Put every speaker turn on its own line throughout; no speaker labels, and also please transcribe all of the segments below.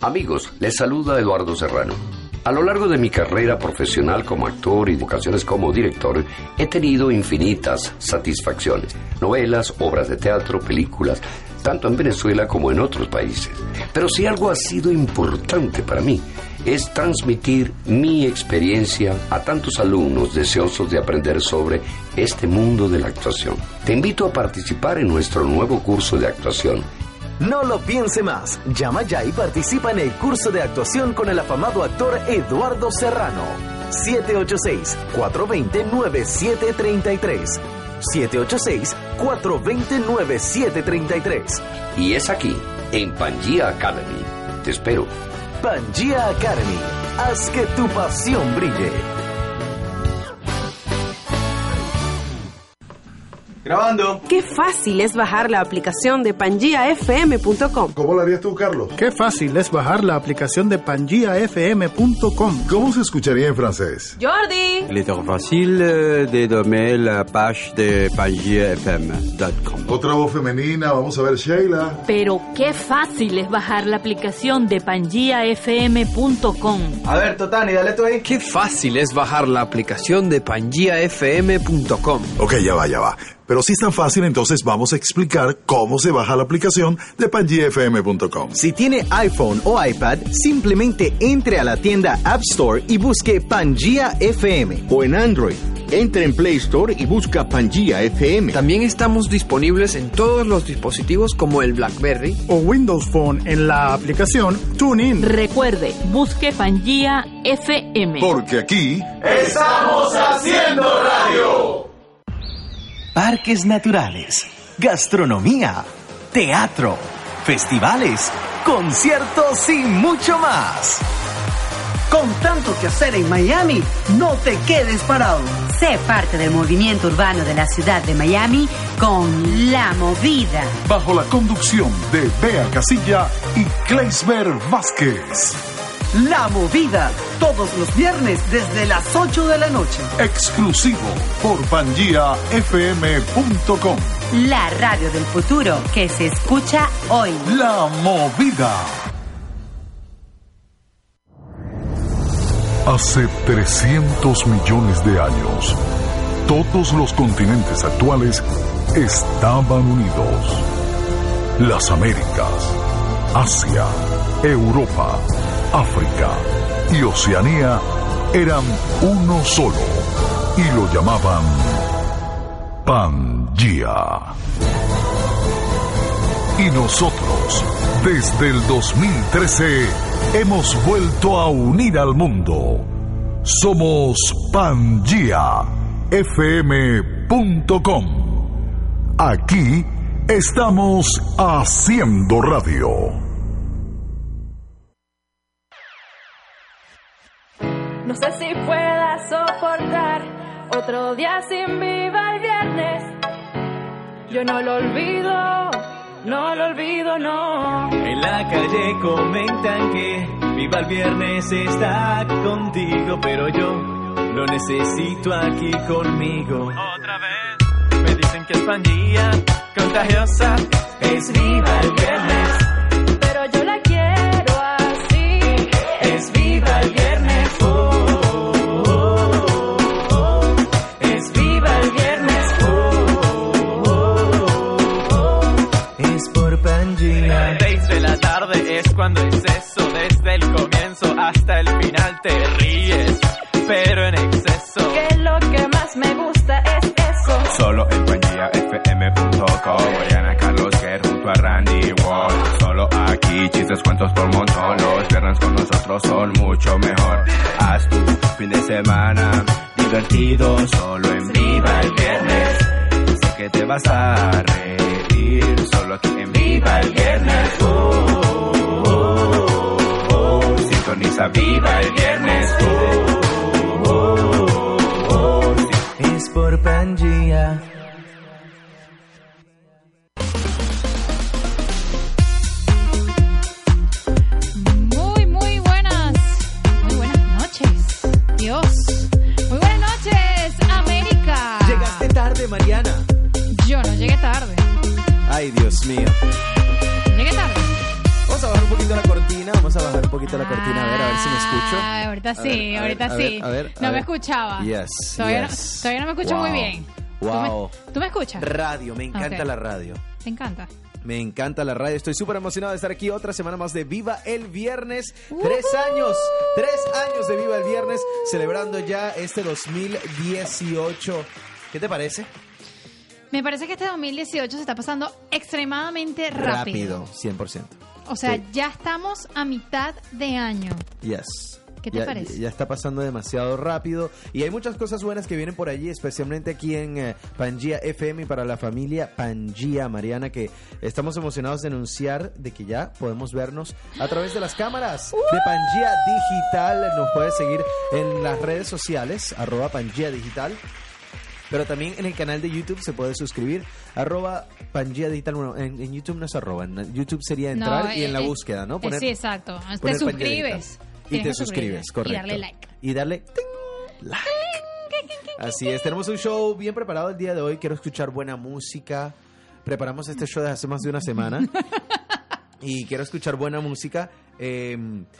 Amigos, les saluda Eduardo Serrano. A lo largo de mi carrera profesional como actor y de ocasiones como director, he tenido infinitas satisfacciones. Novelas, obras de teatro, películas, tanto en Venezuela como en otros países. Pero si algo ha sido importante para mí, es transmitir mi experiencia a tantos alumnos deseosos de aprender sobre este mundo de la actuación. Te invito a participar en nuestro nuevo curso de actuación
no lo piense más. Llama ya y participa en el curso de actuación con el afamado actor Eduardo Serrano. 786-420-9733. 786-420-9733.
Y es aquí, en Pangea Academy. Te espero.
Pangea Academy. Haz que tu pasión brille.
Grabando.
Qué fácil es bajar la aplicación de pangiafm.com.
¿Cómo lo harías tú, Carlos?
Qué fácil es bajar la aplicación de pangiafm.com.
¿Cómo se escucharía en francés?
Jordi.
Il est facile de donner Eh, la page de pangiafm.com.
Otra voz femenina, vamos a ver Sheila.
Pero qué fácil es bajar la aplicación de pangiafm.com.
A ver, Totani, dale tú ahí.
Qué fácil es bajar la aplicación de pangiafm.com.
Ok, ya va, ya va. Pero si es tan fácil, entonces vamos a explicar cómo se baja la aplicación de pangiafm.com.
Si tiene iPhone o iPad, simplemente entre a la tienda App Store y busque Pangea FM.
O en Android, entre en Play Store y busca Pangea FM.
También estamos disponibles en todos los dispositivos como el BlackBerry
o Windows Phone en la aplicación TuneIn.
Recuerde, busque Pangea FM.
Porque aquí
estamos haciendo radio
parques naturales, gastronomía, teatro, festivales, conciertos y mucho más.
Con tanto que hacer en Miami, no te quedes parado.
Sé parte del movimiento urbano de la ciudad de Miami con La Movida.
Bajo la conducción de Bea Casilla y Kleisber Vázquez.
La Movida, todos los viernes desde las 8 de la noche.
Exclusivo por pangiafm.com.
La radio del futuro que se escucha hoy.
La Movida. Hace 300 millones de años, todos los continentes actuales estaban unidos. Las Américas, Asia, Europa, África y Oceanía eran uno solo y lo llamaban Pangea. Y nosotros, desde el 2013, hemos vuelto a unir al mundo. Somos PangeaFM.com. Aquí estamos haciendo radio.
No sé si pueda soportar otro día sin viva el viernes. Yo no lo olvido, no lo olvido, no.
En la calle comentan que viva el viernes está contigo, pero yo lo necesito aquí conmigo.
Otra vez me dicen que es pandilla contagiosa,
es viva el viernes.
Pero yo la quiero así,
es viva el viernes.
Oh, Oh, cuando es eso, desde el comienzo hasta el final te ríes, pero en exceso.
Que lo que más me gusta es eso.
Solo en fm.com, Diana Carlos Kerr junto a Randy Wall. Solo aquí chistes cuentos por montón, los viernes con nosotros son mucho mejor. Haz tu fin de semana divertido, solo en Viva el Viernes. Sé que te vas a reír, solo aquí en Viva el Viernes. Oh. uh. Sintoniza Viva el Viernes. Uh, Oh, oh, oh, sí. Es por Pangea.
Muy, muy buenas. Muy buenas noches. Dios. Muy buenas noches, América.
Llegaste tarde, Mariana.
Yo no llegué tarde.
Ay, Dios mío.
Llegué tarde.
Vamos a bajar un poquito la cortina, vamos a bajar
poquito la cortina, a ver, a ver si me escucho.
Ah, ahorita
A
sí,
ver, a
ahorita
ver,
sí.
a ver, a ver,
no
a
me
ver.
escuchaba.
Yes,
Todavía,
yes.
No, todavía no me escucho muy
Wow.
bien. ¿Tú me-
Wow.
¿Tú me, escuchas?
Radio, me encanta
Ok.
la radio.
Te encanta.
Me encanta la radio. Estoy súper emocionado de estar aquí otra semana más de Viva el Viernes. Tres años, tres años de Viva el Viernes, celebrando ya este 2018. ¿Qué te parece?
Me parece que este 2018 se está pasando extremadamente rápido.
100%.
O sea,
Sí.
ya estamos a mitad de año.
Yes.
¿Qué te
Ya-
parece?
Ya está pasando demasiado rápido y hay muchas cosas buenas que vienen por allí, especialmente aquí en eh, Pangía FM y para la familia Pangía Mariana, que estamos emocionados de anunciar de que ya podemos vernos a través de las cámaras de Pangía Digital. Nos puedes seguir en las redes sociales, arroba Pangía Digital. Pero también en el canal de YouTube se puede suscribir, arroba Pangía Digital. Bueno, en, en YouTube no es arroba, en YouTube sería entrar
No,
y en la
eh, eh,
búsqueda, ¿no?
eh,
Poner-
sí, exacto. Te
poner
suscribes.
pandereta. Y
Tienes
te
que suscribirte
suscribes, correcto.
Y darle like.
Y darle ting, like. Así es, tenemos un show bien preparado el día de hoy. Quiero escuchar buena música. Preparamos este show desde hace más de una semana. Y quiero escuchar buena música. Eh,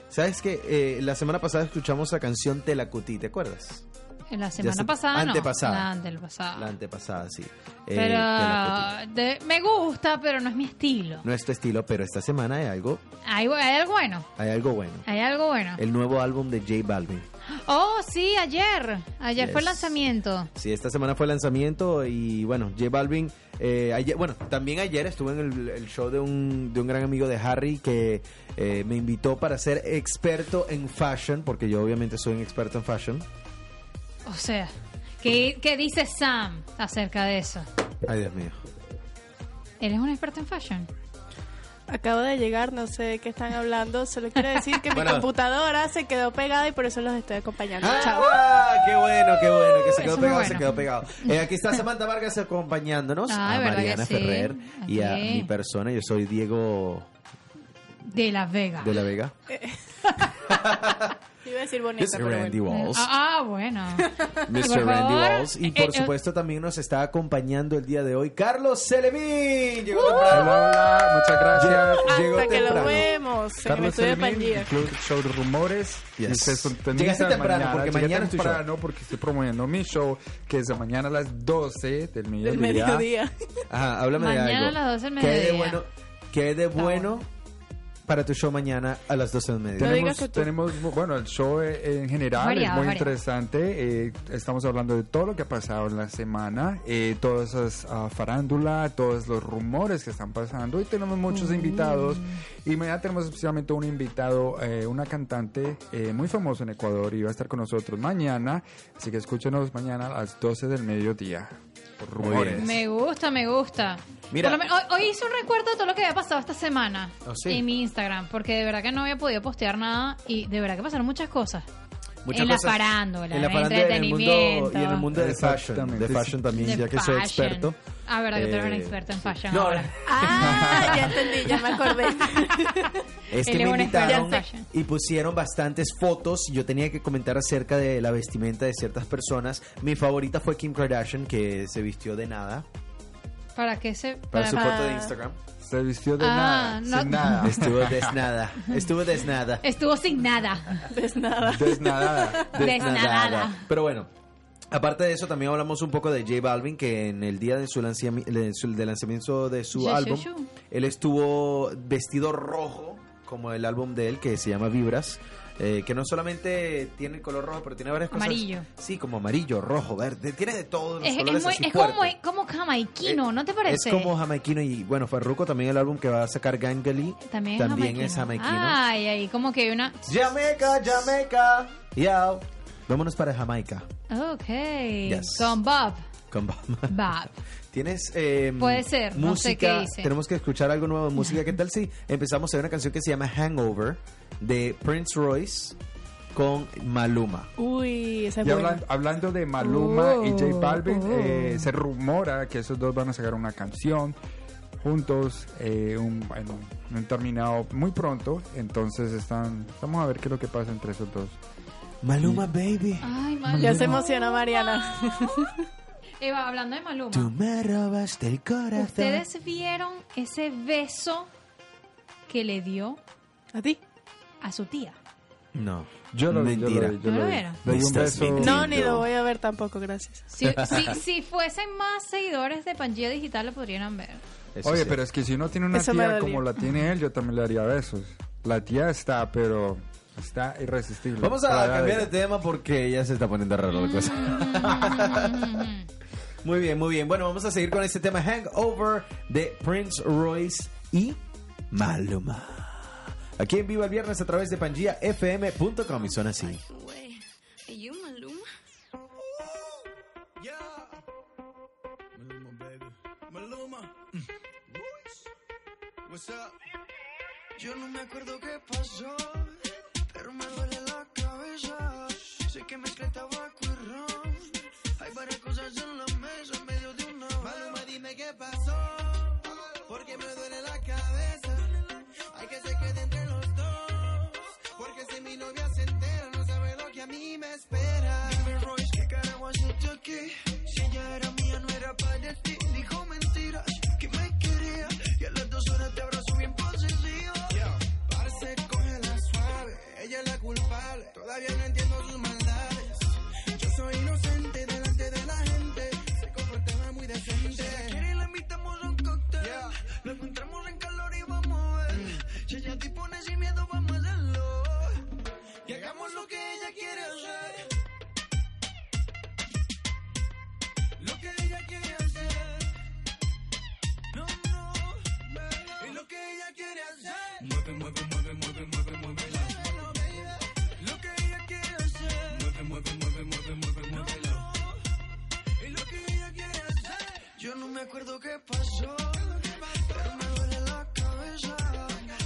¿Sabes qué? Eh, la semana pasada escuchamos la canción Telacutí, ¿te acuerdas?
La semana
se-
pasada
antepasada.
no. La antepasada.
La antepasada, sí. Eh, Telacutí.
pero de- me gusta, pero no es mi estilo.
No es tu estilo, pero esta semana hay algo,
Hay, hay algo bueno.
hay algo bueno.
Hay algo bueno.
El nuevo álbum de J Balvin.
Oh, sí, ayer. Ayer fue el
Yes.
lanzamiento.
Sí, esta semana fue el lanzamiento y bueno, J Balvin, eh, ayer- bueno, también ayer estuve en el, el show de un, de un gran amigo de Harry que eh, me invitó para ser experto en fashion, porque yo obviamente soy un experto en fashion.
O sea, ¿qué, qué dice Sam acerca de eso?
Ay, Dios mío.
Él es un experto en fashion.
Acabo de llegar, no sé de qué están hablando. Solo quiero decir que mi
Bueno.
computadora se quedó pegada y por eso los estoy acompañando. Chao.
¡Ah! ¡Qué bueno, qué bueno! Que se
Eso
quedó
es muy
pegado,
bueno. Ah,
se quedó pegado. Eh, aquí está Samantha Vargas acompañándonos,
Ay,
a
¿verdad que
Mariana
sí?
Ferrer y a
Así.
mi persona. Yo soy Diego
De Las Vegas.
de la Vega.
Iba a decir bonito,
This is
pero bueno.
Randy Walls.
Ah, ah, bueno.
Mr. Randy
Por favor.
Walls. Y
Eh,
por
eh,
supuesto también nos está acompañando el día de hoy Carlos Celemín.
Uh-huh.
Llegó temprano.
Hola, hola, muchas gracias.
Lle- llegó
Hasta que
temprano.
lo vemos eh, en el
Carlos
estudio de
Fermín,
Pangía.
Club Show de Rumores.
Yes.
Y ustedes son-
Llegaste
tendencias
temprano, porque
llegué
mañana es tu show.
temprano porque estoy promoviendo mi show, que es de mañana a las 12 del mediodía.
Del mediodía.
Ajá, háblame de
Mañana
algo.
a las 12 del
¿Qué hay de
mediodía.
bueno, qué hay de bueno para tu show mañana a las 12 del mediodía?
Tenemos, tenemos, bueno, el show eh, en general es
Variado,
muy
variado.
interesante. eh, estamos hablando de todo lo que ha pasado en la semana, eh, todas esas ah, farándula, todos los rumores que están pasando y tenemos muchos
Mm.
invitados. Y mañana tenemos especialmente un invitado, eh, una cantante eh, muy famosa en Ecuador y va a estar con nosotros mañana. Así que escúchenos mañana a las 12 del mediodía. Por rumores.
Me gusta, me gusta.
Mira.
Por lo men- hoy, hoy hice un recuerdo de todo lo que había pasado esta semana
Oh, sí.
en mi Instagram, porque de verdad que no había podido postear nada y de verdad que pasaron muchas cosas.
Muchas
en la
cosas-
farándula,
en la
el
farándula, en el mundo-
entretenimiento.
y en el mundo de fashion.
Exactamente,
De
sí.
fashion también,
De
ya que soy
fashion.
experto.
Ah, verdad que tú eres un
Eh,
experto en fashion.
No,
ahora.
Ah, ya entendí, ya me acordé.
Es que
Él es
Este me
un experto en
invitaron
fashion.
y pusieron bastantes fotos. Yo tenía que comentar acerca de la vestimenta de ciertas personas. Mi favorita fue Kim Kardashian, que se vistió de nada.
¿Para qué se.?
Para su foto de Instagram.
Se vistió
de Ah, nada, no- sin nada.
Estuvo desnada. Estuvo desnada.
Estuvo sin nada.
Desnada.
Desnadada.
Desnadada.
Pero bueno. Aparte de eso, también hablamos un poco de J Balvin, que en el día de su, lanciami- de su- del lanzamiento de su
Yo, yo,
álbum,
yo.
él estuvo vestido rojo, como el álbum de él, que se llama Vibras, eh, que no solamente tiene el color rojo, pero tiene varias cosas.
Amarillo.
Sí, como amarillo, rojo, verde, tiene de todos los
Es, es
colores
muy-
así
es como,
fuertes. Eh,
como jamaiquino, ¿no te parece?
Es como jamaiquino y bueno, Farruko también el álbum que va a sacar Gangali
También,
es jamaiquino.
Ay, ahí como que hay una.
Jamaica, Jamaica.
Ah.
Yo. Vámonos para Jamaica.
Ok.
Yes.
Con Bob.
Con Bama.
Bob.
Tienes eh,
Puede ser, no sé
música.
qué hice.
Tenemos que escuchar algo nuevo de música. ¿Qué tal si empezamos a ver una canción que se llama Hangover de Prince Royce con Maluma?
Uy, esa es
Y
buena.
hablan- hablando de Maluma y J
Oh,
Balvin,
oh.
eh, se rumora que esos dos van a sacar una canción juntos eh, un- en un, en un terminado muy pronto. Entonces están, vamos a ver qué es lo que pasa entre esos dos.
Maluma Baby.
Ay,
Ya se emocionó Mariana.
Eva, hablando de Maluma.
Tú me robaste el corazón.
¿Ustedes vieron ese beso que le dio?
¿A ti?
a su tía.
No.
Yo lo vi, yo
Mentira.
lo vi, yo
¿No
lo
lo
vi.
vieron?
Le di un
Estás
beso.
No, ni lo voy a ver tampoco, gracias.
Si, si, si fuesen más seguidores de Pangía Digital, lo podrían ver.
Oye, pero es que si uno tiene una
Eso me
tía
dolió.
como la tiene él, yo también le haría besos. La tía está, pero está irresistible.
Vamos a
Para la
cambiar
de-
de tema porque ya se está poniendo raro la cosa. muy bien, muy bien. Bueno, vamos a seguir con este tema Hangover de Prince Royce y Maluma. Aquí en Viva el Viernes a través de pangiafm.com y son así.
¿Y yo, Maluma?
Maluma, baby. Maluma. Mm. What's up? Yo no me acuerdo qué pasó, pero me duele la cabeza. Sé que mezclé tabaco y ron. Hay varias cosas en la mesa en medio de una. Maluma, dime qué pasó, porque me duele la cabeza. Hay que se quede entre los dos, porque si mi novia se entera, no sabe lo que a mí me espera. Dime, Royce, ¿qué carajo has hecho aquí? Si ella era mía, no era para ti. Dijo mentiras, que me quería. Y a las dos horas te abrazó bien posesivo. Parce, cógela suave, ella es la culpable. Todavía no entiendo sus maldades. Yo soy inocente delante de la gente. Se comportaba muy decente. Si ella quiere, la invitamos a un cóctel. Lo encontramos en calor y vamos a ver. Si ella te pone sin miedo, vamos a hacerlo. Y hagamos lo que ella quiere hacer. Lo que ella quiere hacer. No, no, no. Es lo que ella quiere hacer. Mueve, mueve, mueve, mueve, mueve, mueve. Lo que ella quiere hacer. Mueve, mueve, mueve, mueve, mueve, mueve. Es lo que ella quiere hacer. Yo no me acuerdo qué pasó. Pero me duele la cabeza.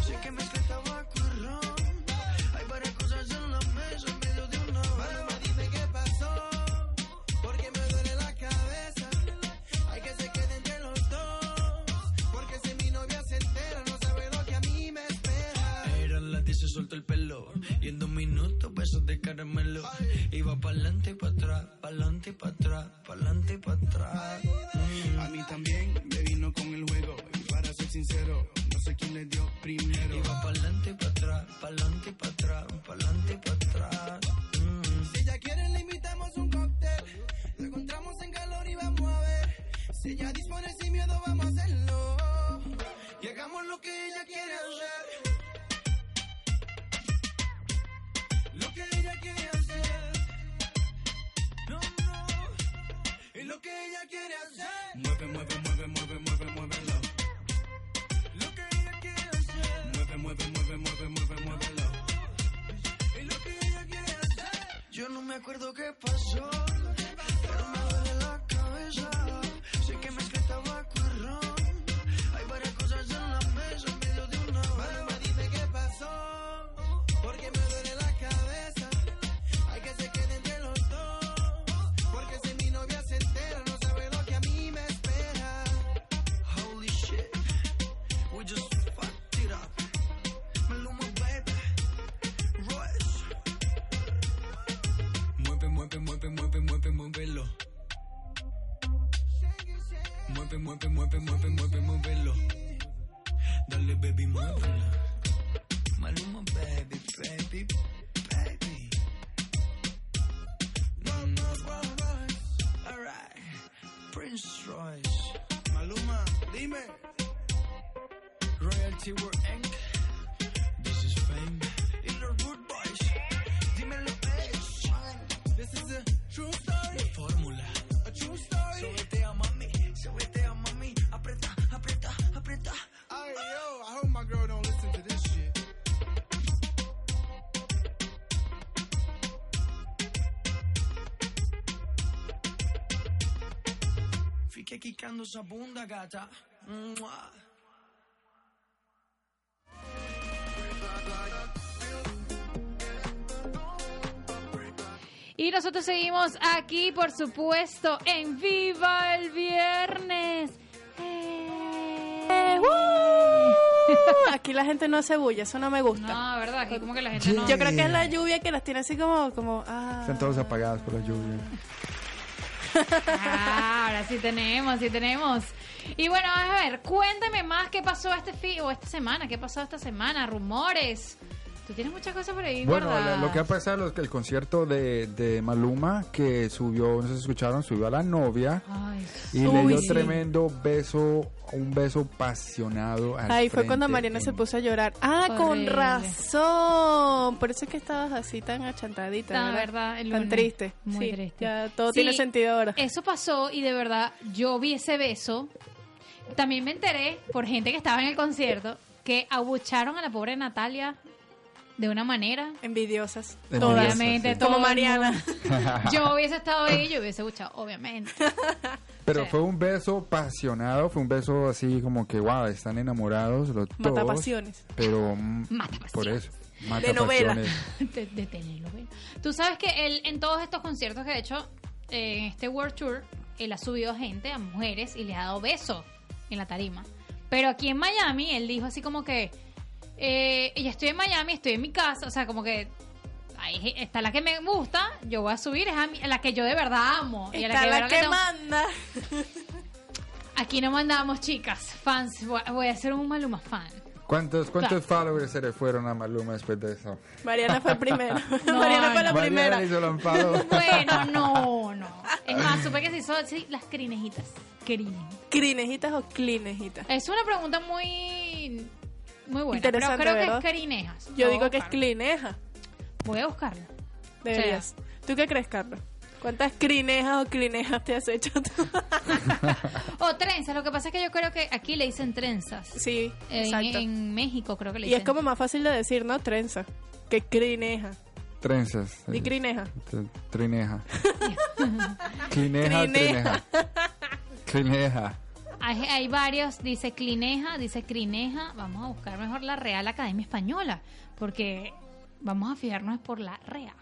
Sé que mezclé tabaco y ron. Hay varias cosas en la mesa en medio de una. Maluma, dime qué pasó. Porque me duele la cabeza. Hay que se quede entre los dos. Porque si mi novia se entera, no sabe lo que a mí me espera. Era la 10, se soltó el pelo. Y en dos minutos, besos de caramelo. Iba pa'lante y pa' atrás, pa'lante y pa' atrás, pa'lante y pa' atrás. Mm. A mí también me vino con el juego. Y para ser sincero, no sé quién le dio primero. Iba pa'lante y pa' atrás, pa'lante y pa' atrás, pa'lante y pa' atrás. Mm. Si ella quiere, le invitamos un cóctel. Lo encontramos en calor y vamos a ver. Si ella dispone sin miedo, vamos a hacerlo. Y hagamos lo que ella quiere hacer. Lo que ella quiere hacer. No, no. Es lo que ella quiere hacer. Mueve, mueve, mueve, mueve, mueve, muévelo. Lo que ella quiere hacer. Mueve, mueve, mueve, mueve, mueve, muévelo. Es lo que ella quiere hacer. Yo no me acuerdo qué pasó. Pero me duele la cabeza. Sé que mezclé tabaco y ron. Hay varias cosas en la mesa en medio de una. Maluma, dime qué pasó. Porque me duele la cabeza. Hay que se quede entre los dos. Porque si mi novia se entera, no sabe lo que a mí me espera. Holy shit. We just fucked it up. Maluma, baby. Royce. Mueve, mueve, mueve, mueve, mueve, muévelo. Mueve, mueve, mueve, mueve, mueve, muévelo. Dale, baby, muévelo. Maluma, baby, baby, baby. Roll, roll, roll, Royce. Alright. Prince Royce. Maluma, dime. Royalty World Inc. This is fame. In the Rude Boys. Dímelo, bitch. This is a true story. La fórmula. A true story. Súbete a mami. Súbete a mami. Aprieta, aprieta, aprieta. Ay, yo, I hope my girl don't listen to this shit. Fique quicando esa bunda, gata. Mua.
Y nosotros seguimos aquí, por supuesto, en Viva el Viernes. Eh,
Uh, Aquí la gente no hace bulla, eso no me gusta.
No, verdad, aquí como que la gente no...
Yo creo que es la lluvia que las tiene así como, como ah.
Están todos apagados por la lluvia.
Ah, ahora sí tenemos, sí tenemos. Y bueno, a ver, cuéntame más qué pasó este fin o esta semana, qué pasó esta semana, rumores, Tú tienes muchas cosas por ahí
Bueno, la-
guardadas.
lo que ha pasado es que el concierto de, de Maluma, que subió, no sé si escucharon, subió a la novia
Ay,
y
Uy,
le dio
sí.
tremendo beso, un beso apasionado. al
Ahí fue cuando
frente.
Mariana se puso a llorar. Ah, con
Horrible.
razón. Por eso es que estabas así tan achantadita.
Tan,
¿verdad?
verdad, el
tan
lunes.
triste.
Muy
Sí,
triste.
Ya todo
Sí,
tiene sentido ahora.
Eso pasó y de verdad yo vi ese beso. También me enteré por gente que estaba en el concierto que abucharon a la pobre Natalia de una manera.
Envidiosas.
Envidiosas,
Obviamente,
sí.
todo
Como
el
Mariana.
mundo. Yo hubiese estado ahí, yo hubiese abuchado, obviamente.
Pero fue un beso apasionado, fue un beso así como que, wow, están enamorados los dos.
Mata pasiones.
Pero mm,
Mata
por eso. Mata
De novela.
pasiones.
de, de telenovela. Tú sabes que él en todos estos conciertos que ha hecho, eh, en este World Tour, él ha subido a gente, a mujeres, y le ha dado besos en la tarima. Pero aquí en Miami, él dijo así como que, eh, ya estoy en Miami, estoy en mi casa, o sea, como que... Ahí está la que me gusta, yo voy a subir, es a, mí- a la que yo de verdad amo. y a
Está
de
la
verdad
que
tengo-
manda.
Aquí no mandamos chicas, fans, voy a- voy a ser un Maluma fan.
¿Cuántos, cuántos
Claro.
followers se le fueron a Maluma después de eso?
Mariana fue primero.
No,
Mariana fue la
Mariana
primera.
le hizo el unfollow.
Bueno, no, no. Es más, supe que se hizo así las crinejitas. Crinejitas.
¿Crinejitas o clinejitas?
Es una pregunta muy. Muy buena.
Interesante,
pero creo
¿verdad?
que es crinejas.
Yo
Voy a
digo que es
buscarlo.
clineja.
Voy a buscarla.
Deberías. ¿Tú qué crees, Carlos? ¿Cuántas crinejas o clinejas te has hecho tú?
O trenzas. Lo que pasa es que yo creo que aquí le dicen trenzas. Eh,
Sí,
En,
exacto.
en México creo que le
Y
dicen.
es como más fácil de decir, ¿no? Trenza. Que crineja.
Trenzas.
Di crineja.
Tr- Trineja. Clineja,
Crineja.
trineja. Clineja.
Hay, hay varios. Dice clineja, dice crineja. Vamos a buscar mejor la Real Academia Española. Porque vamos a fijarnos por la REA.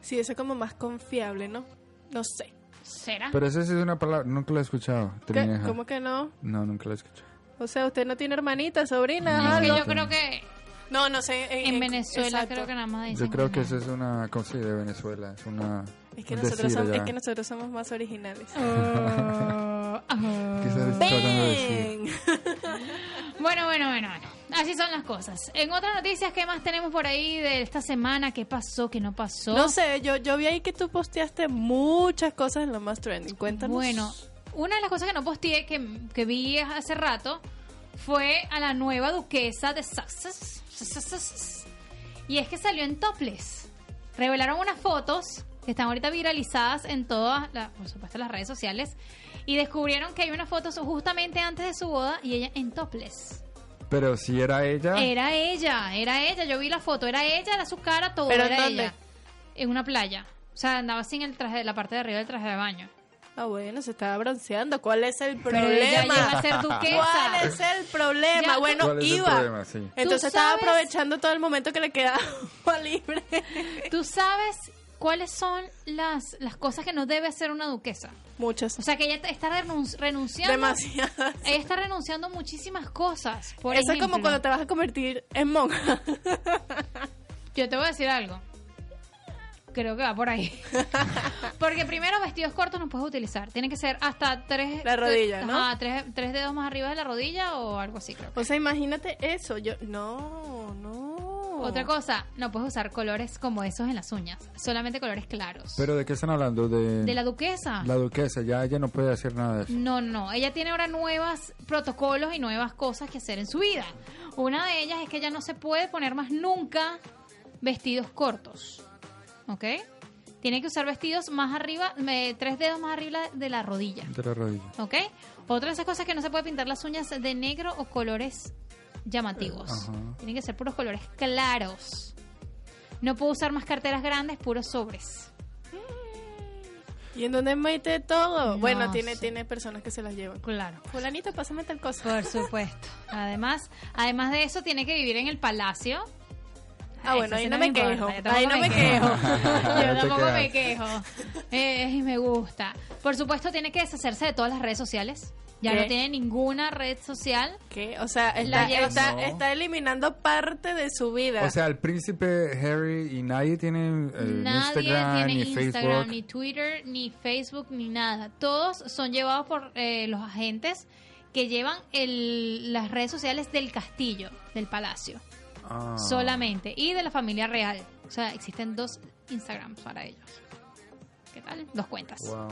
Sí, eso es como más confiable, ¿no? No sé.
¿Será?
Pero esa sí es una palabra, nunca la he escuchado.
Ah. ¿Qué?
Trineja.
¿Cómo que no?
No, nunca la he escuchado.
O sea, usted no tiene hermanita, sobrina,
Es que
algo.
yo creo que
No, no sé. En,
en
en-
Venezuela
exacto.
creo que nada más dicen
Yo creo que
crineja.
eso es una cosa de Venezuela. Es una.
Es que,
un
nosotros
decir
somos, es
allá.
que nosotros somos más originales.
Ah,
¿Qué estás tratando de decir?
Ven.
Bueno, bueno, bueno, bueno. Así son las cosas. En otras noticias, ¿qué más tenemos por ahí de esta semana? ¿Qué pasó? ¿Qué no pasó?
No sé, yo, yo vi ahí que tú posteaste muchas cosas en lo más trending. Cuéntanos.
Bueno, una de las cosas que no posteé, que, que vi hace rato, fue a la nueva duquesa de Sussex. Sussex. Y es que salió en topless. Revelaron unas fotos que están ahorita viralizadas en todas, las, por supuesto, las redes sociales. Y descubrieron que hay unas fotos justamente antes de su boda y ella en topless.
Pero si era ella.
Era ella, era ella. Yo vi la foto, era ella, era su cara, todo
¿Pero en
era
dónde?
ella. En una playa. O sea, andaba sin el traje, la parte de arriba del traje de baño.
Ah, bueno, se estaba bronceando. ¿Cuál es el
Pero ella
problema?
iba a ser duquesa.
¿Cuál es el
Ya,
problema?
tú-
Bueno,
¿Cuál es el
iba.
problema? Sí.
Entonces
¿Tú
estaba
sabes?
aprovechando todo el momento que le quedaba libre.
¿Tú sabes cuáles son las, las cosas que no debe hacer una duquesa?
Muchas.
O sea, que ella te- está renun- renunciando.
Demasiadas.
Ella está renunciando a muchísimas cosas. Por
Eso es
ejemplo,
como cuando te vas a convertir en monja.
Yo te voy a decir algo. Creo que va por ahí. Porque primero, vestidos cortos no puedes utilizar. Tiene que ser hasta tres...
La rodilla, ¿no?
Ajá, tres, tres dedos más arriba de la rodilla o algo así, creo.
O sea, imagínate eso. Yo, no, no.
Otra cosa, no puedes usar colores como esos en las uñas, solamente colores claros.
Pero de qué están hablando? De,
¿De la duquesa?
la duquesa. Ya ella no puede hacer nada de eso.
No, no, ella tiene ahora nuevos protocolos y nuevas cosas que hacer en su vida. Una de ellas es que ella no se puede poner más nunca vestidos cortos, ¿ok? Tiene que usar vestidos más arriba, eh, tres dedos más arriba de la rodilla,
De la rodilla.
¿ok? Otra de esas cosas es que no se puede pintar las uñas de negro o colores llamativos.
Ajá.
Tienen que ser puros colores claros. No puedo usar más carteras grandes, puros sobres.
¿Y en dónde mete todo?
No
bueno, tiene,
sé.
tiene personas que se las llevan.
Claro.
Fulanito, pásame tal cosa.
Por supuesto. Además, además de eso, tiene que vivir en el palacio.
Ah, bueno,
Eso
ahí
sí
no me
importa,
quejo.
yo tampoco
Ahí no me quejo.
yo
No te
tampoco
creas.
me quejo. Eh, y me gusta. Por supuesto, tiene que deshacerse de todas las redes sociales. Ya
¿Qué?
no tiene ninguna red social.
¿Qué? O sea,
La
está,
lleva-
está-
No.
está eliminando parte de su vida.
O sea, el príncipe Harry y nadie tienen eh, ni
Nadie
Instagram
tiene
ni
Instagram,
Facebook.
ni Twitter, ni Facebook, ni nada. Todos son llevados por eh, los agentes que llevan el- las redes sociales del castillo, del palacio.
Ah.
solamente. Y de la familia real. O sea, existen dos Instagrams para ellos. ¿Qué tal? Dos cuentas.
Wow.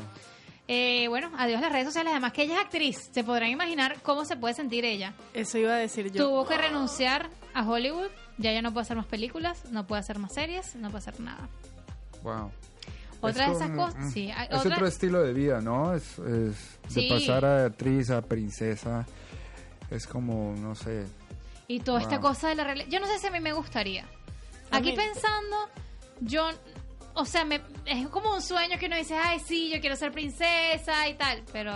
Eh, bueno, adiós las redes sociales. Además que ella es actriz. Se podrán imaginar cómo se puede sentir ella.
Eso iba a decir yo.
Tuvo que renunciar a Hollywood. Ya ya no puede hacer más películas, no puede hacer más series, no puede hacer nada.
Wow.
Otra
Es
de esas
un-
cosas.
mm,
Sí, hay
Es
otra-
otro estilo de vida, ¿no? Es, es de
Sí.
pasar a actriz, a princesa. Es como, no sé.
Y toda esta
Wow.
cosa de la realidad. Yo no sé si a mí me gustaría. Aquí pensando, yo. O sea, me- es como un sueño que uno dice, ay, sí, yo quiero ser princesa y tal, pero.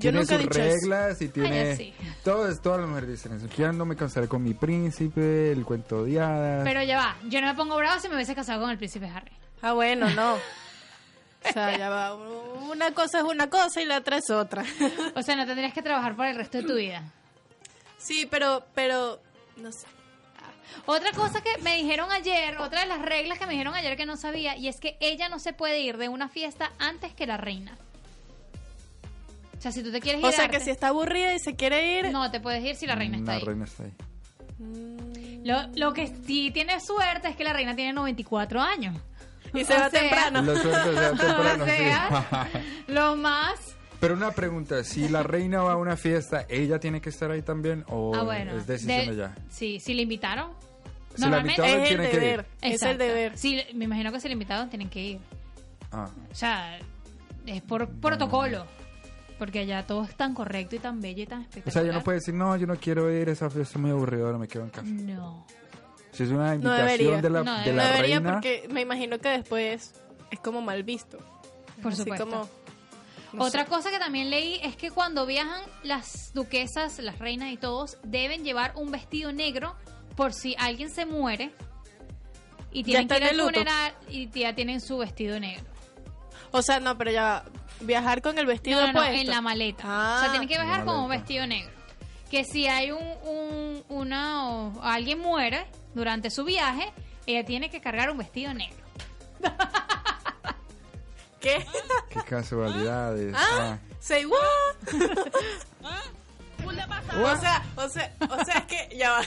tiene sus reglas y
Ay,
tiene.
ya sí.
Todo es, todas las mujeres dicen eso. Ya no me casaré con mi príncipe, el cuento de hadas.
Pero ya va, yo no me pongo bravo si me hubiese casado con el príncipe Harry.
Ah, bueno, no. O sea, ya va. Una cosa es una cosa y la otra es otra.
O sea, no tendrías que trabajar por el resto de tu vida.
Sí, pero, pero, no sé.
Ah. Otra cosa que me dijeron ayer, otra de las reglas que me dijeron ayer que no sabía, y es que ella no se puede ir de una fiesta antes que la reina. O sea, si tú te quieres ir
O sea,
a
que
darte-
si está aburrida y se quiere ir.
No, te puedes ir si la reina está
La
ahí.
reina está ahí.
Lo, lo que sí tiene suerte es que la reina tiene 94 años.
Y se va temprano.
La suerte se va temprano,
O sea,
sí.
lo más.
Pero una pregunta, si la reina va a una fiesta, ¿ella tiene que estar ahí también o
ah, bueno.
es
de-
decisión de ella?
Sí, si le invitaron.
Si la invitaron, Es el tiene que ir. deber,
es el deber.
Sí, me imagino que si le invitaron tienen que ir.
Ah.
O sea, es por protocolo. Porque allá todo es tan correcto y tan bello y tan
O
espectacular.
sea, ella no puede decir, no, yo no quiero ir, esa fiesta es muy aburridora, me quedo en casa.
No.
Si es una
No
invitación
debería.
de la,
No
de la
No debería
reina,
porque me imagino que después es como mal visto.
Por
Así
supuesto.
como- no
Otra
sé.
cosa que también leí es que cuando viajan las duquesas, las reinas y todos deben llevar un vestido negro por si alguien se muere y
Ya
tienen que
están
ir
de
al
luto.
funeral y ya tienen su vestido negro.
O sea, no, pero ya va. viajar con el vestido
No, no, no,
puesto. Ah.
en la maleta. o sea, tienen que viajar con un vestido negro. Que si hay un, un- una o alguien muere durante su viaje, ella tiene que cargar un vestido negro.
¿Qué?
qué casualidades.
Ah,
Ah.
say what? O sea, o sea, o sea, es que ya va.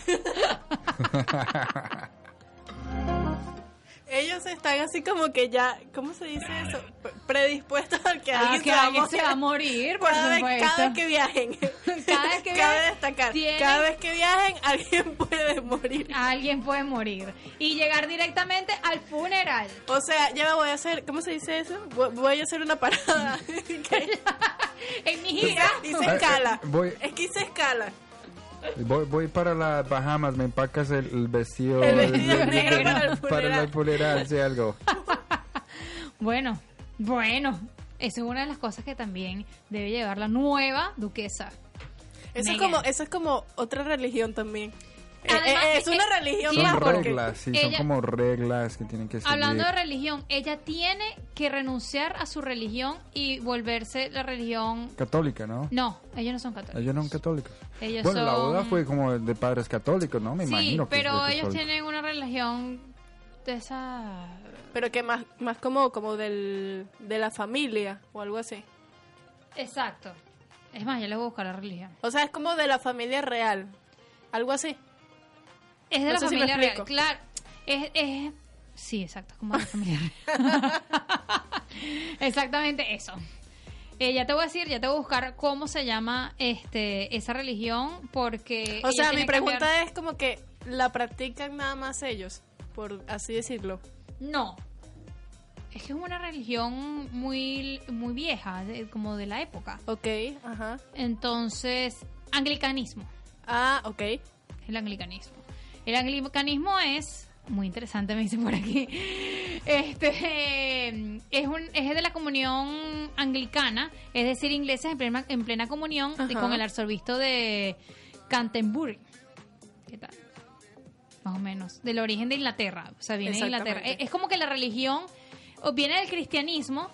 Ellos están así como que ya, ¿cómo se dice eso? P- predispuestos al que
Ah,
alguien,
que
se, va
alguien
a morir.
se va a morir, por
cada vez,
supuesto.
cada vez que viajen.
Cada vez que
Cabe
viajen,
destacar,
tienen-
cada vez que viajen alguien puede morir.
Alguien puede morir. Y llegar directamente al funeral.
O sea, ya me voy a hacer, ¿cómo se dice eso? Vo- Voy a hacer una parada.
en mi gira.
Hice
Eh, eh,
escala.
voy-
Es que hice escala.
Voy, voy para las Bahamas, me empacas el, el vestido,
El vestido negro para el
para el funeral, sí, algo.
Bueno, bueno. Esa es una de las cosas que también debe llevar la nueva duquesa.
Eso
Megan.
es, como, eso es como otra religión también. Eh,
Además,
eh, es
que-
una religión
Son
más porque...
reglas, sí, son
ella-
como reglas que tienen que seguir.
Hablando de religión, ella tiene que renunciar a su religión y volverse la religión...
Católica, ¿no?
No, ellos no son católicos.
Ellos no son católicos.
Ellos
bueno, la
son-
boda fue como de padres católicos, ¿no? Me
Sí,
imagino. que
pero
fue
ellos
católico.
tienen una religión de esa...
Pero que más, más como, como del, de la familia o algo así.
Exacto. Es más, yo les voy a buscar la religión.
O sea, es como de la familia real. Algo así.
Es de
No
la
sé si me
familia real,
explico.
claro. Es, es- Sí, exacto, es como de la familia real. Exactamente eso. Eh, ya te voy a decir, ya te voy a buscar cómo se llama este esa religión, porque...
O
ella
sea,
Eh, tiene
mi
que
pregunta
cambiar-
es como que la practican nada más ellos, por así decirlo.
No. Es que es una religión muy, muy vieja, de- como de la época.
Ok, ajá.
Entonces, anglicanismo.
Ah, ok.
El anglicanismo. El anglicanismo es muy interesante, me dice por aquí. Este eh, es un es de la comunión anglicana, es decir, ingleses en plena, en plena comunión de-
Ajá.
con el arzobispo de Canterbury. ¿Qué tal? Más o menos. Del origen de Inglaterra. O sea, viene de Inglaterra. Es,
Exactamente.
es como que la religión o viene del cristianismo,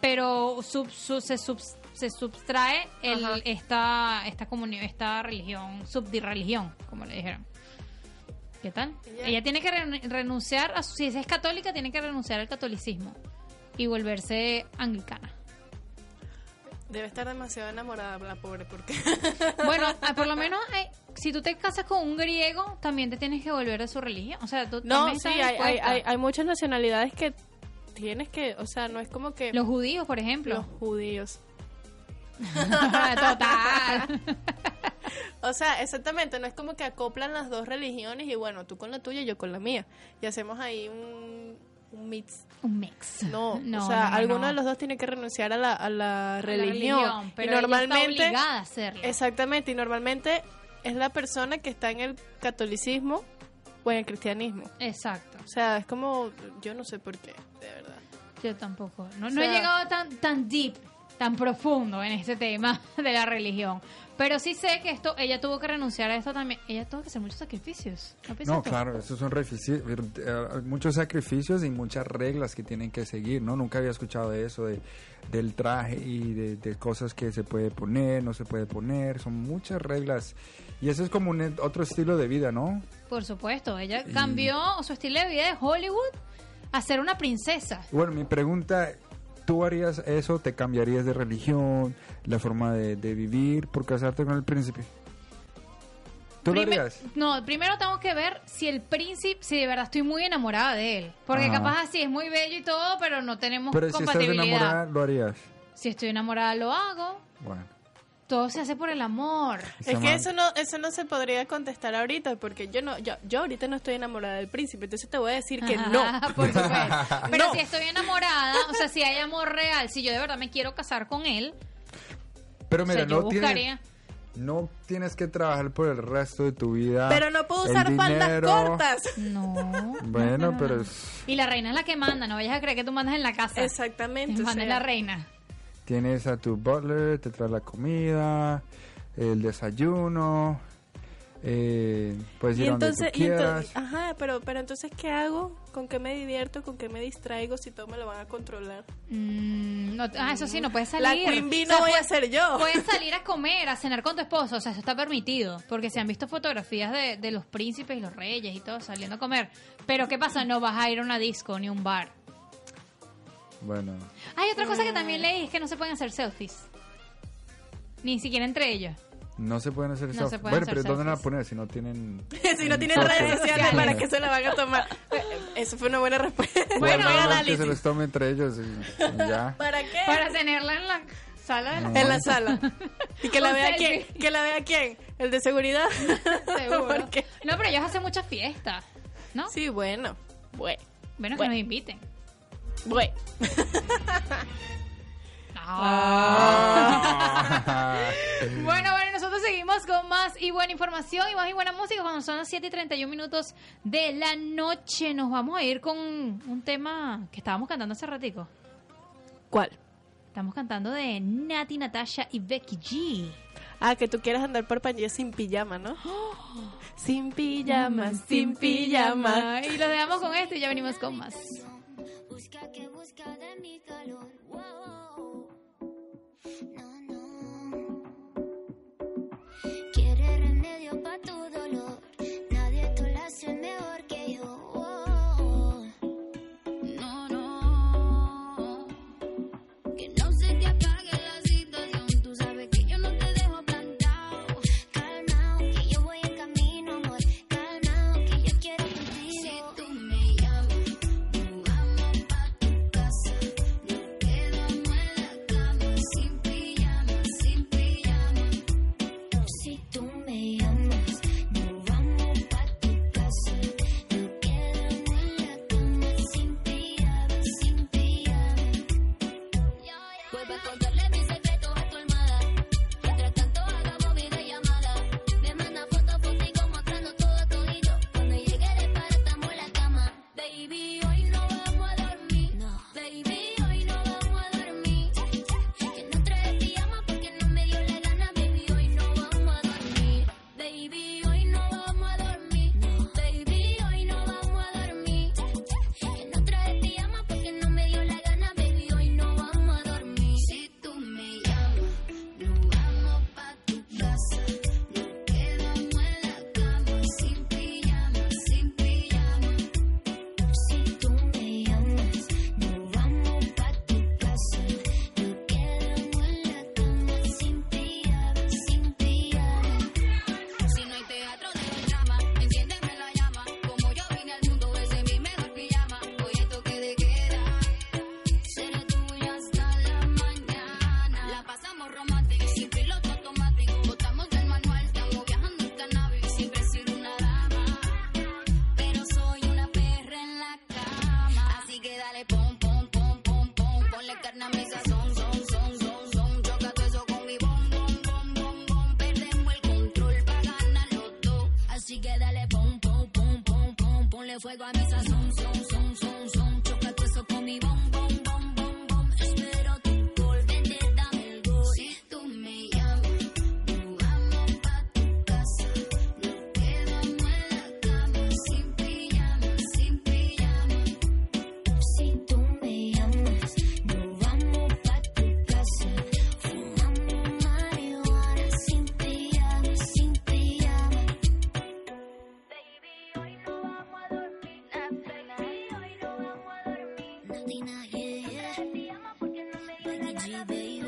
pero sub- su- se, sub- se subtrae el-
Ajá.
esta, esta comunión, esta religión, subdirreligión, como le dijeron. ¿Qué tal? Ella tiene que ren- renunciar, a, su- si es católica, tiene que renunciar al catolicismo y volverse anglicana.
Debe estar demasiado enamorada la pobre porque...
Bueno, ah, por lo menos eh, si tú te casas con un griego, también te tienes que volver a su religión. O sea, tú
No,
también
sí,
estás
hay, hay,
expuesta.
hay, hay muchas nacionalidades que tienes que, o sea, no es como que...
Los judíos, por ejemplo.
Los judíos.
Total.
O sea, exactamente, no es como que acoplan las dos religiones y bueno, tú con la tuya, yo con la mía. Y hacemos ahí un, un mix.
Un mix.
No,
No,
o sea,
no, no,
alguno
no.
de los dos tiene que renunciar a la, a la religión.
religión, pero
y
ella está
normalmente,
obligada a hacerlo.
Exactamente, y normalmente es la persona que está en el catolicismo o en el cristianismo.
Exacto.
O sea, es como, yo no sé por qué, de verdad.
Yo tampoco. No,
O
no he
sea-
llegado tan, tan deep, tan profundo en este tema de la religión. Pero sí sé que esto, ella tuvo que renunciar a esto también. Ella tuvo que hacer muchos sacrificios. ¿No, piensas
No,
tú?
claro, esos son refici- eh, muchos sacrificios y muchas reglas que tienen que seguir, ¿no? Nunca había escuchado de eso, de, del traje y de, de cosas que se puede poner, no se puede poner, son muchas reglas. Y eso es como un, e- otro estilo de vida, ¿no?
Por supuesto, ella
Y-
cambió su estilo de vida de Hollywood a ser una princesa.
Bueno, mi pregunta, ¿tú harías eso? ¿Te cambiarías de religión, la forma de, de vivir por casarte con el príncipe? ¿Tú lo
Primer-
harías?
No, primero tengo que ver si el príncipe, si de verdad estoy muy enamorada de él. Porque
Ajá.
capaz así es muy bello y todo, pero no tenemos
Pero si estás
compatibilidad.
enamorada, lo harías.
Si estoy enamorada, lo hago.
Bueno.
Todo se hace por el amor.
Es que eso no, eso no se podría contestar ahorita, porque yo no, yo, yo ahorita no estoy enamorada del príncipe, entonces te voy a decir que no.
Por supuesto.
Ah,
Pero si estoy enamorada, o sea, si hay amor real, si yo de verdad me quiero casar con él,
Pero
o sea,
mira,
yo
no tienes,
buscaría.
No tienes que trabajar por el resto de tu vida.
Pero no puedo
el
usar faldas
dinero.
cortas.
No.
Bueno, pero es-
Y la reina es la que manda, no vayas a creer que tú mandas en la casa.
Exactamente.
Manda
o sea.
la reina.
tienes a tu butler, te trae la comida, el desayuno, eh, puedes
Y
ir a donde tú
entonces, y
quieras.
entonces- ajá, pero, pero entonces, ¿qué hago? ¿Con qué me divierto? ¿Con qué me distraigo si todo me lo van a controlar?
Mm, no, ah, eso sí, no puedes salir.
La Queen Bee
O sea,
no voy a
puedes-
ser yo.
Puedes salir a comer, a cenar con tu esposo, o sea, eso está permitido, porque se han visto fotografías de, de los príncipes y los reyes y todo saliendo a comer. Pero ¿qué pasa? No vas a ir a una disco ni a un bar.
Bueno,
Hay otra cosa que también leí, es que no se pueden hacer selfies. Ni siquiera entre ellos.
no se pueden hacer
No
selfies.
se pueden
bueno,
hacer
pero ¿dónde van a
selfies.
poner si no tienen...
si no tienen
foto?
redes sociales,
Sí.
¿para qué se la van a tomar? Eh, Eso fue una buena respuesta.
Bueno,
Buen
no, que
análisis.
se los tome entre ellos y- y ya.
¿Para qué?
Para tenerla en la sala de la
En la sala. Y que la
Un
vea quién.
selfie.
Que la vea quién. El de seguridad.
Seguro.
¿Por qué?
No, pero ellos hacen muchas fiestas, ¿no?
Sí, bueno. Bueno.
Bueno, que
Bueno.
nos inviten.
Bueno.
啊
Bueno, bueno, nosotros seguimos con más y buena información y más y buena música cuando son las 7 y 31 minutos de la noche. Nos vamos a ir con un tema que estábamos cantando hace ratico.
¿Cuál?
Estamos cantando de Nati, Natasha y Becky G.
Ah, que tú quieras andar por Pangea sin pijama, ¿no? Sin pijama, sin pijama.
Mm, Y lo dejamos con esto y ya venimos con más.
Busca que busca de mi calor. Wow. No, no. Quiere remedio para tu dolor. Nadie te lo hace mejor que yo. Wow. No, no. Que no se te apague la situación. Tú sabes que yo no te dejo plantado. Calmao, que yo voy en camino, amor. Calmao, que yo quiero contigo. Si tú me llamas. Vamos pa' tu casa, Prende fuego a mi sazón, son, son, son, son. Choca tu eso con mi bom, bom, bom, bom, bom. Espero tu gol, vente, dame el gol. Si tú me llamas, nos vamos pa' tu casa. Nos quedamos en la cama, sin pijama, sin pijama. Si tú me llamas, nos vamos pa' tu casa. Fumamos marihuana, sin pijama, sin pijama. Latina, yeah, yeah. Becky G, baby.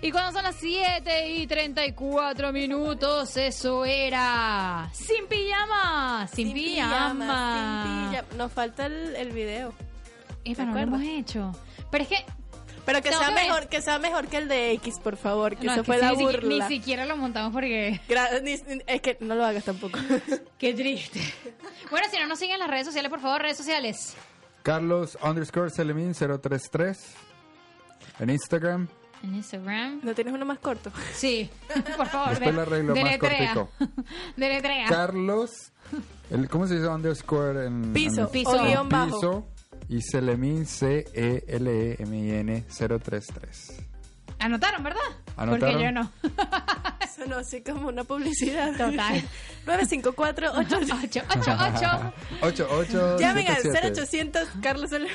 Y cuando son las 7 y 34 minutos, eso era. Sin pijama, sin,
Sin
pijama.
pijama, sin pijama. Nos falta el, el video.
Eh, pero no lo hemos hecho. Pero es que.
Pero que
Tengo
sea,
que ver.
mejor, que sea mejor que el de X, por favor, que
No,
eso
es que
fue
sí,
la
ni siquiera-
burla.
Ni siquiera lo montamos porque.
Gra- ni- es que no lo hagas tampoco.
Qué triste. Bueno, si no nos siguen en las redes sociales, por favor, redes sociales.
Carlos underscore Selemin 033 en Instagram.
En Instagram.
¿No tienes uno más corto?
Sí, por favor.
Después lo arreglo más
deletrea.
cortico.
Deletrea.
Carlos, el, ¿cómo se dice underscore en
Piso,
en-
piso. o guión bajo.
Piso y Selemin C E L E M I N 033.
Anotaron, ¿verdad?
Anotaron.
Porque yo no.
Sonó así como una publicidad.
Total.
954
8888
88.
Llamen al 0800 Carlos Solís.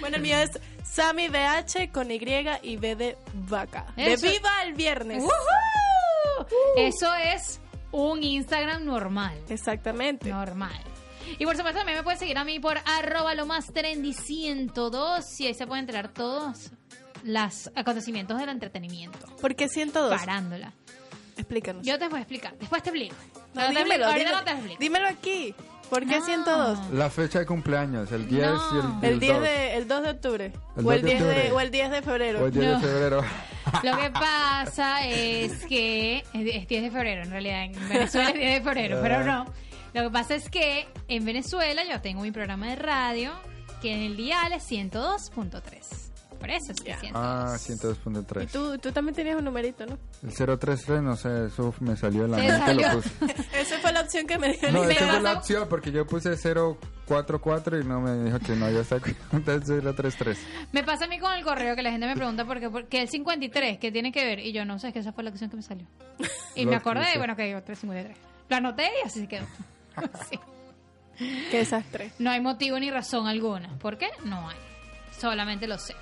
Bueno, el mío es Sammy BH con Y y B de vaca.
Eso.
De viva el viernes.
¡Woohoo!
Uh.
Eso es un Instagram normal.
Exactamente.
Normal. Y por supuesto también me pueden seguir a mí por arroba lo más trendy 102 y ahí se pueden enterar todos los acontecimientos del entretenimiento.
¿Por qué 102?
Parándola.
Explícanos.
Yo te voy a explicar. Después te explico.
No,
No, te
dímelo,
explico. Ahorita
dímelo.
no te explico.
Dímelo aquí. ¿Por qué
No.
102?
La fecha de cumpleaños, el 10 y el,
El 10
2.
de, el 2 de octubre.
El
o, el
2 de
10 de,
octubre.
o el 10 de febrero.
O el 10 de
No.
febrero.
Lo que pasa es que es 10 de febrero, en realidad en Venezuela es 10 de febrero,
Ah.
pero no. Lo que pasa es que en Venezuela yo tengo mi programa de radio que en el dial es 102.3. Por eso es que 100.
Ah, 102.3.
Y tú, tú también tenías un numerito, ¿no?
El 033, no sé, eso me salió en la
Te
mente,
salió.
lo puse.
Esa fue la opción que me dio.
No,
el
esa fue
Instagram.
la opción, porque yo puse 044 y no me dijo que no, yo saco el 033.
Me pasa a mí con el correo que la gente me pregunta por qué, por qué el 53, ¿qué tiene que ver? Y yo no sé, es que esa fue la opción que me salió. Y
Lo
me acordé
que
y
sea.
bueno, que digo 353. Lo anoté y así se quedó.
Qué desastre.
No hay motivo ni razón alguna. ¿Por qué? No hay. Solamente lo sé.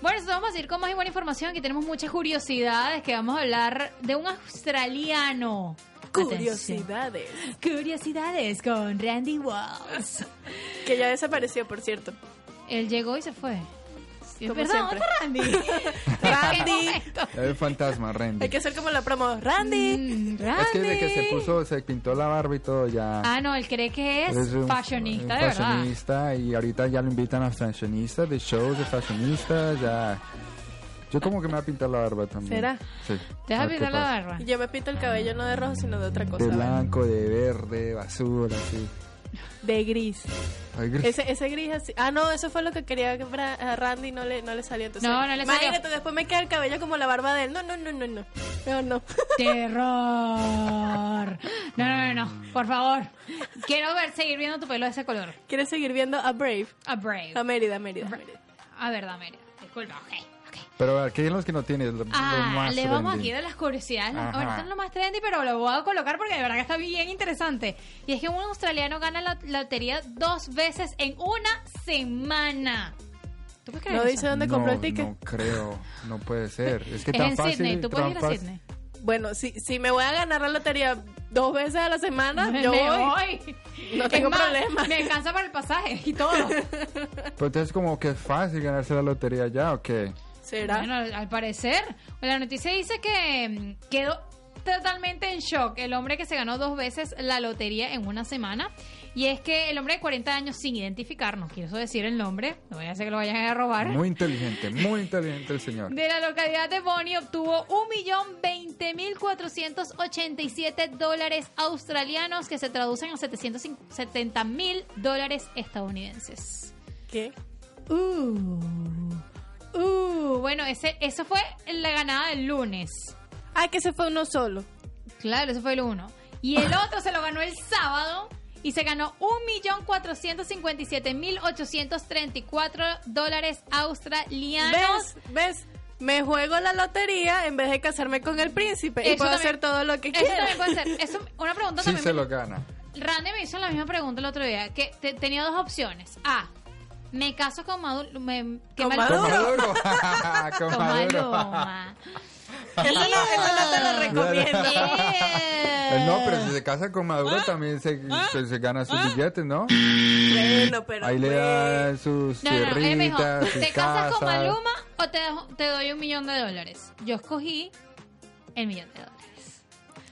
Bueno, entonces vamos a ir con más y buena información. que tenemos muchas curiosidades que vamos a hablar de un australiano.
Curiosidades.
Atención. Curiosidades con Randy Walls.
Que ya desapareció, por cierto.
Él llegó y se fue.
Como
¿Verdad?
siempre.
¿Dónde está Randy?
Randy.
El fantasma, Randy.
Hay que hacer como la promo. Randy.
Mm,
Es que desde que se puso, se pintó la barba y todo ya.
Ah, no, él cree que es,
un
fashionista,
un
de verdad.
fashionista, y ahorita ya lo invitan a fashionistas, de shows de fashionistas, ya. Yo como que me voy a pintar la barba también.
¿Será?
Sí.
¿Te vas
A
a
ver Ah, qué
pintar la
pasa.
barba?
Yo me pinto el cabello no de rojo, sino de otra cosa.
De
¿vale?
blanco, de verde, basura, así.
De gris.
Ay, gris.
Ese, ese gris así. Ah, no, eso fue lo que quería que Bra- a Randy y no le, no le salió. Entonces,
No, no le salió.
Imagínate, después me queda el cabello como la barba de él. No, no, no, no, no. No, no.
Terror. No, no, no, no. Por favor. Quiero ver, seguir viendo tu pelo de ese color.
¿Quieres seguir viendo a Brave?
A Brave.
A Mérida, Mérida. Mérida.
A ver, Dameria. Disculpa, ok.
Pero a ver, ¿qué es los que no tienes? Lo- lo
Ah,
más
le vamos
trendy.
aquí de las curiosidades.
Ajá.
Ahorita no lo más trendy, pero lo voy a colocar porque de verdad que está bien interesante. Y es que un australiano gana la la lotería dos veces en una semana. ¿Tú puedes creer
No
eso?
dice dónde
No,
compró el ticket.
No creo, no puede ser. Es que
Es
tan
en
fácil.
Sydney, tú
tan
puedes ir a
fácil.
Sydney.
Bueno, si, si me voy a ganar la lotería dos veces a la semana, yo
me
voy.
voy.
No
Es
tengo
más,
problema.
Me alcanza para el pasaje y todo.
Pero entonces como que es fácil ganarse la lotería ya o qué?
¿Será?
Pues Bueno, al al parecer, la noticia dice que mm, quedó totalmente en shock el hombre que se ganó dos veces la lotería en una semana. Y es que el hombre de 40 años, sin identificarnos, quiero decir el nombre, no voy a hacer que lo vayan a robar.
Muy inteligente, muy inteligente el señor.
De la localidad de Bonnie obtuvo 1.020.487 dólares australianos que se traducen a 770.000 dólares estadounidenses.
¿Qué?
Uh, uh, bueno, ese, eso fue la ganada del lunes.
Ah, que se fue uno solo.
Claro, ese fue el uno. Y el otro se lo ganó el sábado y se ganó 1.457.834 dólares australianos.
¿Ves? ¿Ves? Me juego la lotería en vez de casarme con el príncipe y puedo
también-
hacer todo lo que
eso
quiera.
también puede ser. Eso, una pregunta
Sí
también.
se lo gana.
Randy me hizo la misma pregunta el otro día, que te- tenía dos opciones. A, me caso con Maduro. Me, que
Con
mal-
Maduro. Con
Con
Maduro.
Maluma.
Eso no, eso no te lo recomiendo.
Eh, No, pero si se casa con Maduro
¿Ah?
también se, se- se gana sus billetes, ¿no?
Bueno, pero
Ahí le da sus
pues. No, no, él me dijo,
tierritas, sus
¿te casas con
casas.
Maluma o te, dejo- te doy un millón de dólares? Yo escogí el millón de dólares.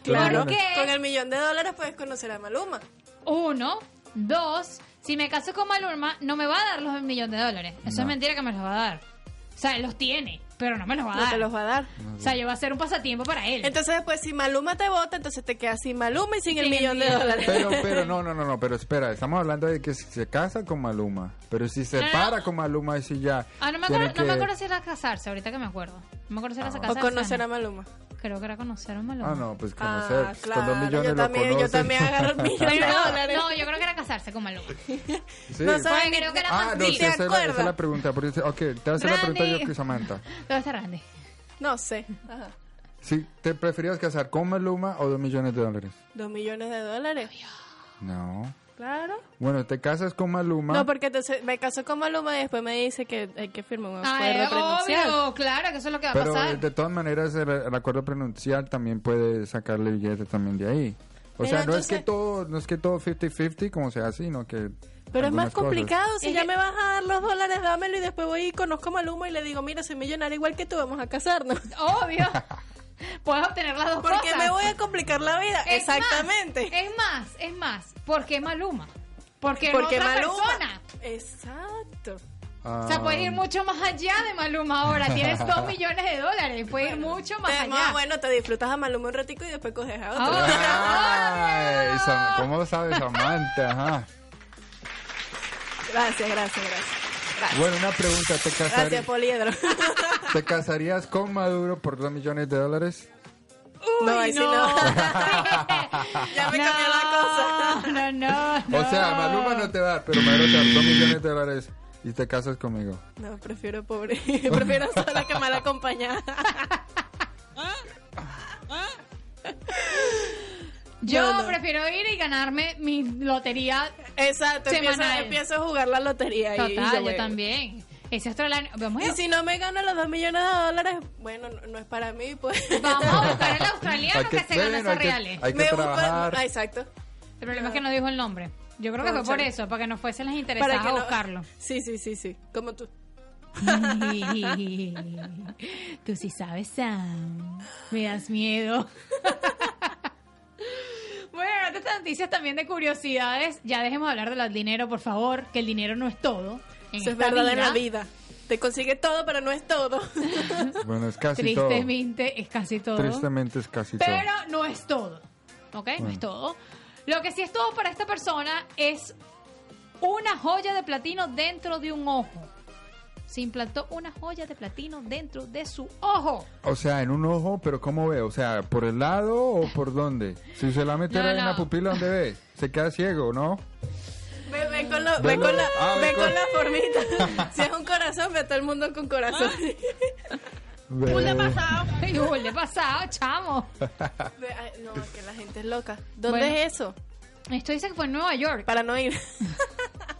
Claro,
¿Por qué?
con el millón de dólares puedes conocer a Maluma.
Uno, dos, si me caso con Maluma, no me va a dar los millón de dólares. Eso
No.
es mentira que me los va a dar. O sea, él los tiene, pero no me los va a
No
dar.
te los va a dar.
O sea, yo voy a hacer un pasatiempo para él.
Entonces después si Maluma te vota, entonces te quedas sin Maluma y sin el millón de dólares.
Pero, pero, no, no, no, no, pero espera, estamos hablando de que si se casa con Maluma, pero si se
No, no,
para con Maluma, y si ya.
Ah, no me,
tiene
acuerdo, no me
que-
acuerdo si era casarse, ahorita que me acuerdo. No me acuerdo si era
O
casarse.
conocer a Maluma.
Creo que era conocer a Maluma.
Ah, no, pues conocer.
Ah,
pues, con dos
claro,
millones
yo
lo
también- yo
conoces.
también agarro el millón.
Pero no,
dólares.
no, yo creo que era casarse con Maluma.
Sí.
No sabes
Porque
ni-
creo que era
Ah,
más
no,
rico.
sí, esa, es la- esa es la pregunta. Porque, dice- ok, te voy a hacer la pregunta
Randy.
yo que Samantha.
¿Dónde está Randy?
No sé. Ajá.
Si ¿Te preferías casar con Maluma o dos millones de dólares?
Dos millones de dólares.
No.
Claro.
Bueno, te casas con Maluma.
No, porque entonces me caso con Maluma y después me dice que hay que firmar un acuerdo
Ah, eh,
prenupcial.
obvio, claro, que eso es lo que va a
pero eh,
pasar.
de todas maneras, el, el acuerdo pronuncial también puede sacarle billete también de ahí. O
Pero
sea, no, es
entonces-
que todo, no es que todo 50-50 como sea así, sino que.
Pero es
algunas
más
cosas.
complicado, si ya me vas a dar los dólares, dámelo y después voy y conozco a Maluma y le digo, mira, soy millonario igual que tú, vamos a casarnos.
Obvio. Puedes obtener las dos
Porque
cosas.
me voy a complicar la vida.
Es más,
Exactamente.
es más, es más. ¿Por qué Maluma? Porque,
Porque
otra
Maluma.
persona.
Exacto.
O sea, puedes
Ah.
ir mucho más allá de Maluma ahora. Tienes dos millones de dólares. Puedes ir mucho más
Te-
allá.
Bueno, te disfrutas a Maluma un ratico y después coges a otro.
Ay, Sam- ¿Cómo sabes, Samantha? Ajá.
Gracias, gracias, gracias. Gracias,
Bueno, una pregunta. ¿Te, casar-
Gracias, Poliedro.
¿Te casarías con Maduro por dos millones de dólares?
no, ahí sí no. ya me cambió la cosa.
No, no,
O sea, Maluma no te da, pero Maduro te da dos millones de dólares y te casas conmigo.
No, prefiero pobre. prefiero sola que mal acompañada.
Yo
No, no.
prefiero ir y ganarme mi lotería.
Exacto, empiezo,
Semanal.
empiezo a jugar la lotería. y- y
Total, yo
juego.
también. Ese australiano. Vamos
Y
a,
si no me gano los dos millones de dólares, bueno, no, no es para mí, pues.
vamos a buscar al australiano
Hay
que,
que-
se gana
bueno,
esos
hay que-
reales.
hay que
Me busco-
trabajar.
ah, exacto.
El problema es que no dijo el nombre. Yo creo que fue por
Cónchale.
eso, para que no fuesen las interesadas
que
a
no-
buscarlo.
Sí, sí, sí, sí. Como tú.
Tú sí sabes, Sam. Me das miedo. Bueno, en otras noticias también de curiosidades. Ya dejemos de hablar del dinero, por favor, que el dinero no es todo. en
Eso es
esta
verdad en la vida. Te consigue todo, pero no es todo.
Bueno, es casi
Tristemente es casi
todo.
todo.
Tristemente es casi
Pero no es todo. ¿Ok? No
Bueno.
es todo. Lo que sí es todo para esta persona es una joya de platino dentro de un ojo. Se implantó una joya de platino dentro de su ojo.
todo. O sea, en un ojo, pero ¿cómo ve? O sea, ¿por el lado o por dónde? Si se la mete
No,
en
no.
la pupila, ¿dónde ve? Se queda ciego, ¿no?
Ve, ve con, lo- ve
Ve
con
lo-
la,
ah, ve
ve
con-
con la formita. Si es un corazón, ve a todo el mundo con corazón.
Ve.
Ay, Julio, pasado, chamo.
Ah, Ve- ay, no, que la gente es loca. ¿Dónde es eso?
Esto dice que fue en Nueva York.
Para no ir.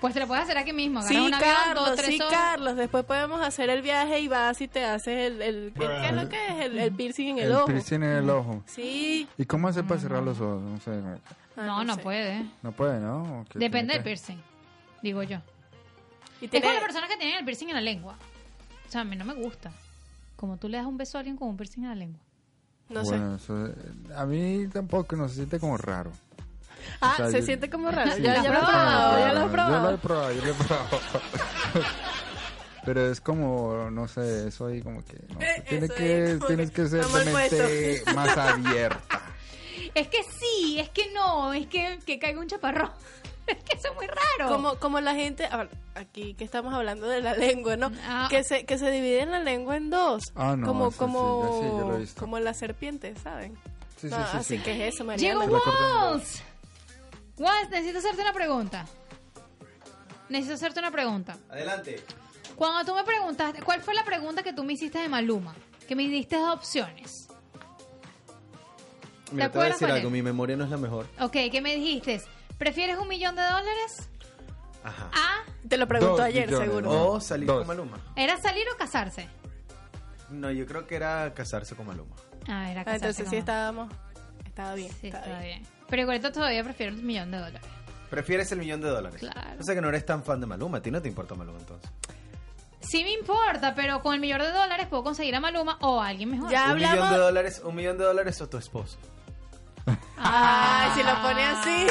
Pues te lo puedes hacer aquí mismo. agarras
Sí,
un avión, dos,
Carlos,
tres
sí,
horas.
Carlos. Después podemos hacer el viaje y vas y te haces el... el- ¿Qué qué es lo que es? El, el piercing en el,
el
ojo.
piercing en el ojo.
Sí.
¿Y cómo hace para cerrar los ojos? No sé. no-
No, no puede.
No puede, ¿no? ¿O qué
Depende del
tiene que-
piercing, digo yo.
Y
Es
tiene-
como las personas que tienen el piercing en la lengua. O sea, a mí no me gusta. Como tú le das un beso a alguien con un piercing en la lengua.
No
Bueno, eso, eh, a mí tampoco, no se siente como raro.
Ah,
O sea,
se
yo-
siente como raro.
Sí.
Ya, ya lo he probado, ya lo he
Yo
probado.
he probado, yo lo he probado. Pero es como, no sé, eso ahí como que... no, tiene
eso
que,
ahí como
tienes que
que
ser
está mal
de mente
puesto.
más abierta.
Es que sí, es que no, es que, que caiga un chaparrón. raro.
Como, como la gente, a ver, aquí que estamos hablando de la lengua, ¿no?
Ah.
Que se, que se dividen la lengua en dos.
Ah, no,
Como,
sí, sí,
como,
ya sí, yo lo he visto.
como las serpientes, ¿saben?
Sí, sí,
No,
sí,
así
sí.
que es eso, Mariana.
Llegó Walls. Walls, necesito hacerte una pregunta. Necesito hacerte una pregunta.
Adelante.
Cuando tú me preguntaste, ¿cuál fue la pregunta que tú me hiciste de Maluma? Que me diste dos opciones.
Mira,
¿Te
te voy a
acuerdas
decir
cuál
algo, mi memoria no es la mejor.
Ok, ¿qué me dijiste? ¿Prefieres un millón de dólares?
Ajá.
A.
Te lo
preguntó Dos ayer, millones, Oh, seguro. ¿no?
O salir
Dos.
con Maluma.
¿Era salir o casarse?
No, yo creo que era casarse con Maluma.
Ah, era
Ah,
casarse.
entonces sí
con-
estábamos. Estaba bien.
Sí,
estaba
estaba
bien.
bien. Pero igualito todavía prefiero el millón de dólares.
Prefieres el millón de dólares.
Claro.
O sea que no eres tan fan de Maluma, a ti no te importa Maluma entonces.
Sí me importa, pero con el millón de dólares puedo conseguir a Maluma o a alguien mejor.
Ya
un millón de dólares, un millón de dólares o tu esposo.
Ay, si lo
Ah.
pone así.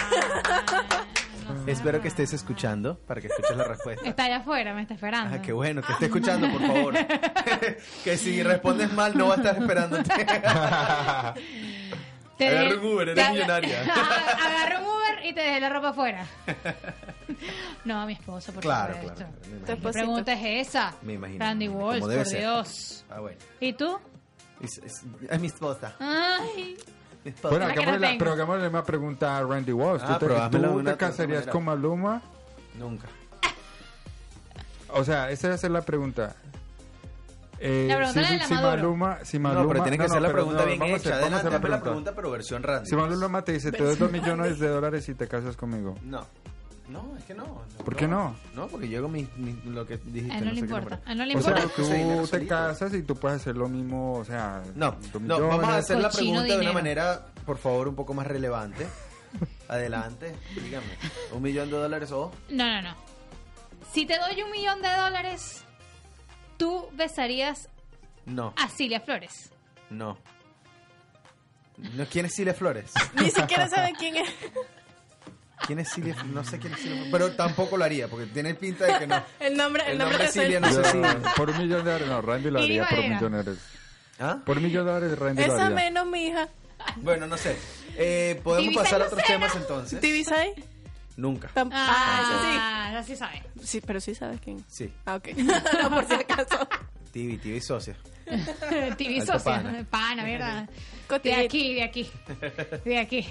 Espero que estés escuchando para que escuches la respuesta.
Está allá afuera, me está esperando.
Ah, qué bueno, que esté escuchando, por favor. que si respondes mal no va a estar esperándote.
Te
Agarra
de-
un Uber, eres
te-
millonaria.
Agarra un Uber y te dejé la ropa afuera. No, a mi esposo, por
Claro,
supuesto.
claro, claro, me
La
imagino.
pregunta es esa.
Me imagino.
Randy
me imagino,
Walsh,
como debe
por
ser.
Dios.
Ah, bueno.
¿Y tú?
Es, es- es mi esposa.
Ay.
Mi esposa.
Bueno,
Ahora que la
hagámosle la,
tengo.
pero hagámosle una pregunta a Randy Walsh.
Ah,
¿Tú
pero
te,
házmela de
tú
una
te casarías
manera.
con Maluma?
Nunca.
O sea, esa va a ser la pregunta. Eh,
La pregunta
si,
la de la
si
Maduro.
Maluma, si
No,
Maluma,
pero tiene que ser la pregunta bien
vamos a
hecha.
hacer- vamos a
Adelante,
hacer la
hazme la
pregunta.
pregunta, pero versión Randy.
Si Maluma te dice, te doy
Versión
2 millones de dólares y te casas conmigo.
No. No, es que no.
¿Por qué no?
No, porque yo hago mi- mi- lo que dijiste.
A él no le
sé qué
importa,
número.
a él no le
O sea,
importa.
tú
Ese dinero
te
solito.
casas y tú puedes hacer lo mismo, o sea...
No,
dos
no, vamos a
millones.
hacer la
Cochino
pregunta de una
dinero.
manera, por favor, un poco más relevante. Adelante, dígame. ¿Un millón de dólares o...?
No, no, no. Si te doy un millón de dólares, tú besarías
No,
a Cilia Flores.
no. No, ¿Quién es Silvia Flores?
Ni siquiera saben quién es.
¿Quién es Silvia? No sé quién es Silvia Flores, pero tampoco lo haría, porque tiene pinta de que no.
El nombre, el
El nombre
nombre, te
es Silvia,
suena.
no sé si...
Yo, por un millón de dólares, no, Randy lo
Iri
haría por un
Valera.
millón de dólares.
¿Ah?
Por un millón de dólares Randy lo
Esa
haría.
menos, mija.
Bueno, no sé. Eh, ¿Podemos
Divisa
pasar a
Lucero.
otros temas entonces?
¿Tibisay?
Nunca.
Tam- Ah,
Ah, ya sí sabe.
eso sí. Sí, pero sí sabes quién.
Sí,
Ah, ok. No, por si acaso.
TV, TV socia.
TV
Alto
socio, pana,
pana.
¿verdad? De aquí, de aquí, de aquí.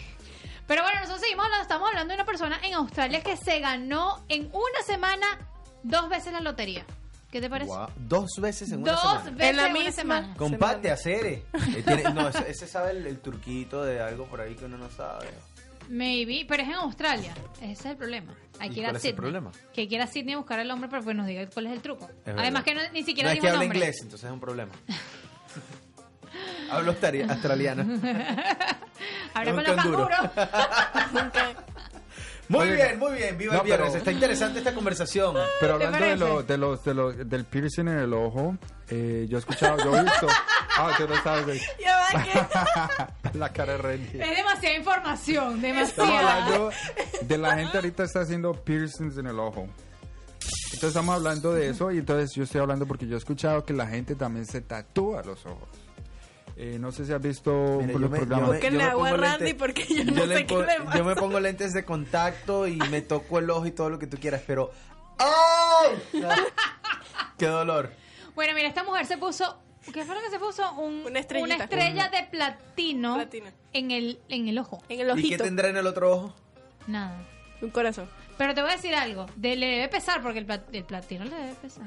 Pero bueno, nosotros seguimos hablando, estamos hablando de una persona en Australia que se ganó en una semana dos veces la lotería. ¿Qué te parece?
Guau, Dos veces en una
Dos
semana.
veces en,
En la
una
misma.
semana.
Compate, acere. Eh, tiene- no, ese, ese sabe el, el turquito de algo por ahí que uno no sabe.
Maybe, pero es en Australia. Ese es el problema. Hay
¿Y
que ir a
cuál es el
Sydney.
problema?
Que quiera Sydney a buscar al hombre para que nos diga cuál es el truco.
Es
Además
verdad.
que no- ni
no,
siquiera
es
dijo
que habla
nombre.
inglés, entonces es un problema. Hablo austari- australiano.
Habla
Es
con
un
los
canguro.
canguros.
Muy
Oye,
bien, muy bien. Viva
no,
el viernes.
pero-
Está interesante esta conversación.
Pero hablando de, lo,
los
de los, de los- del piercing en el ojo, eh, yo he escuchado, yo he visto... Ah, tú no sabes.
Ya va que
La cara de Randy.
Es demasiada información,
Estamos
demasiada.
hablando de la gente ahorita está haciendo piercings en el ojo. Entonces estamos hablando de eso y entonces yo estoy hablando porque yo he escuchado que la gente también se tatúa los ojos. Eh, no sé si has visto un
Mira, yo me-
programa.
yo me- yo
le
me
hago a
pongo
Randy
lente-
porque yo no
le
sé qué
pon-
le pasa.
Yo me pongo lentes de contacto y me toco el ojo y todo lo que tú quieras, pero. ¡Ay! ¡Qué dolor!
Bueno, mira, esta mujer se puso. ¿Qué fue lo que se puso? Un- una,
estrellita.
estrella de platino,
Platino.
En, el, en el ojo.
En el
¿Y qué
ojito.
tendrá en el otro ojo?
Nada.
Un corazón.
Pero te voy a decir algo. de- le debe pesar porque el, plat- el platino le debe pesar.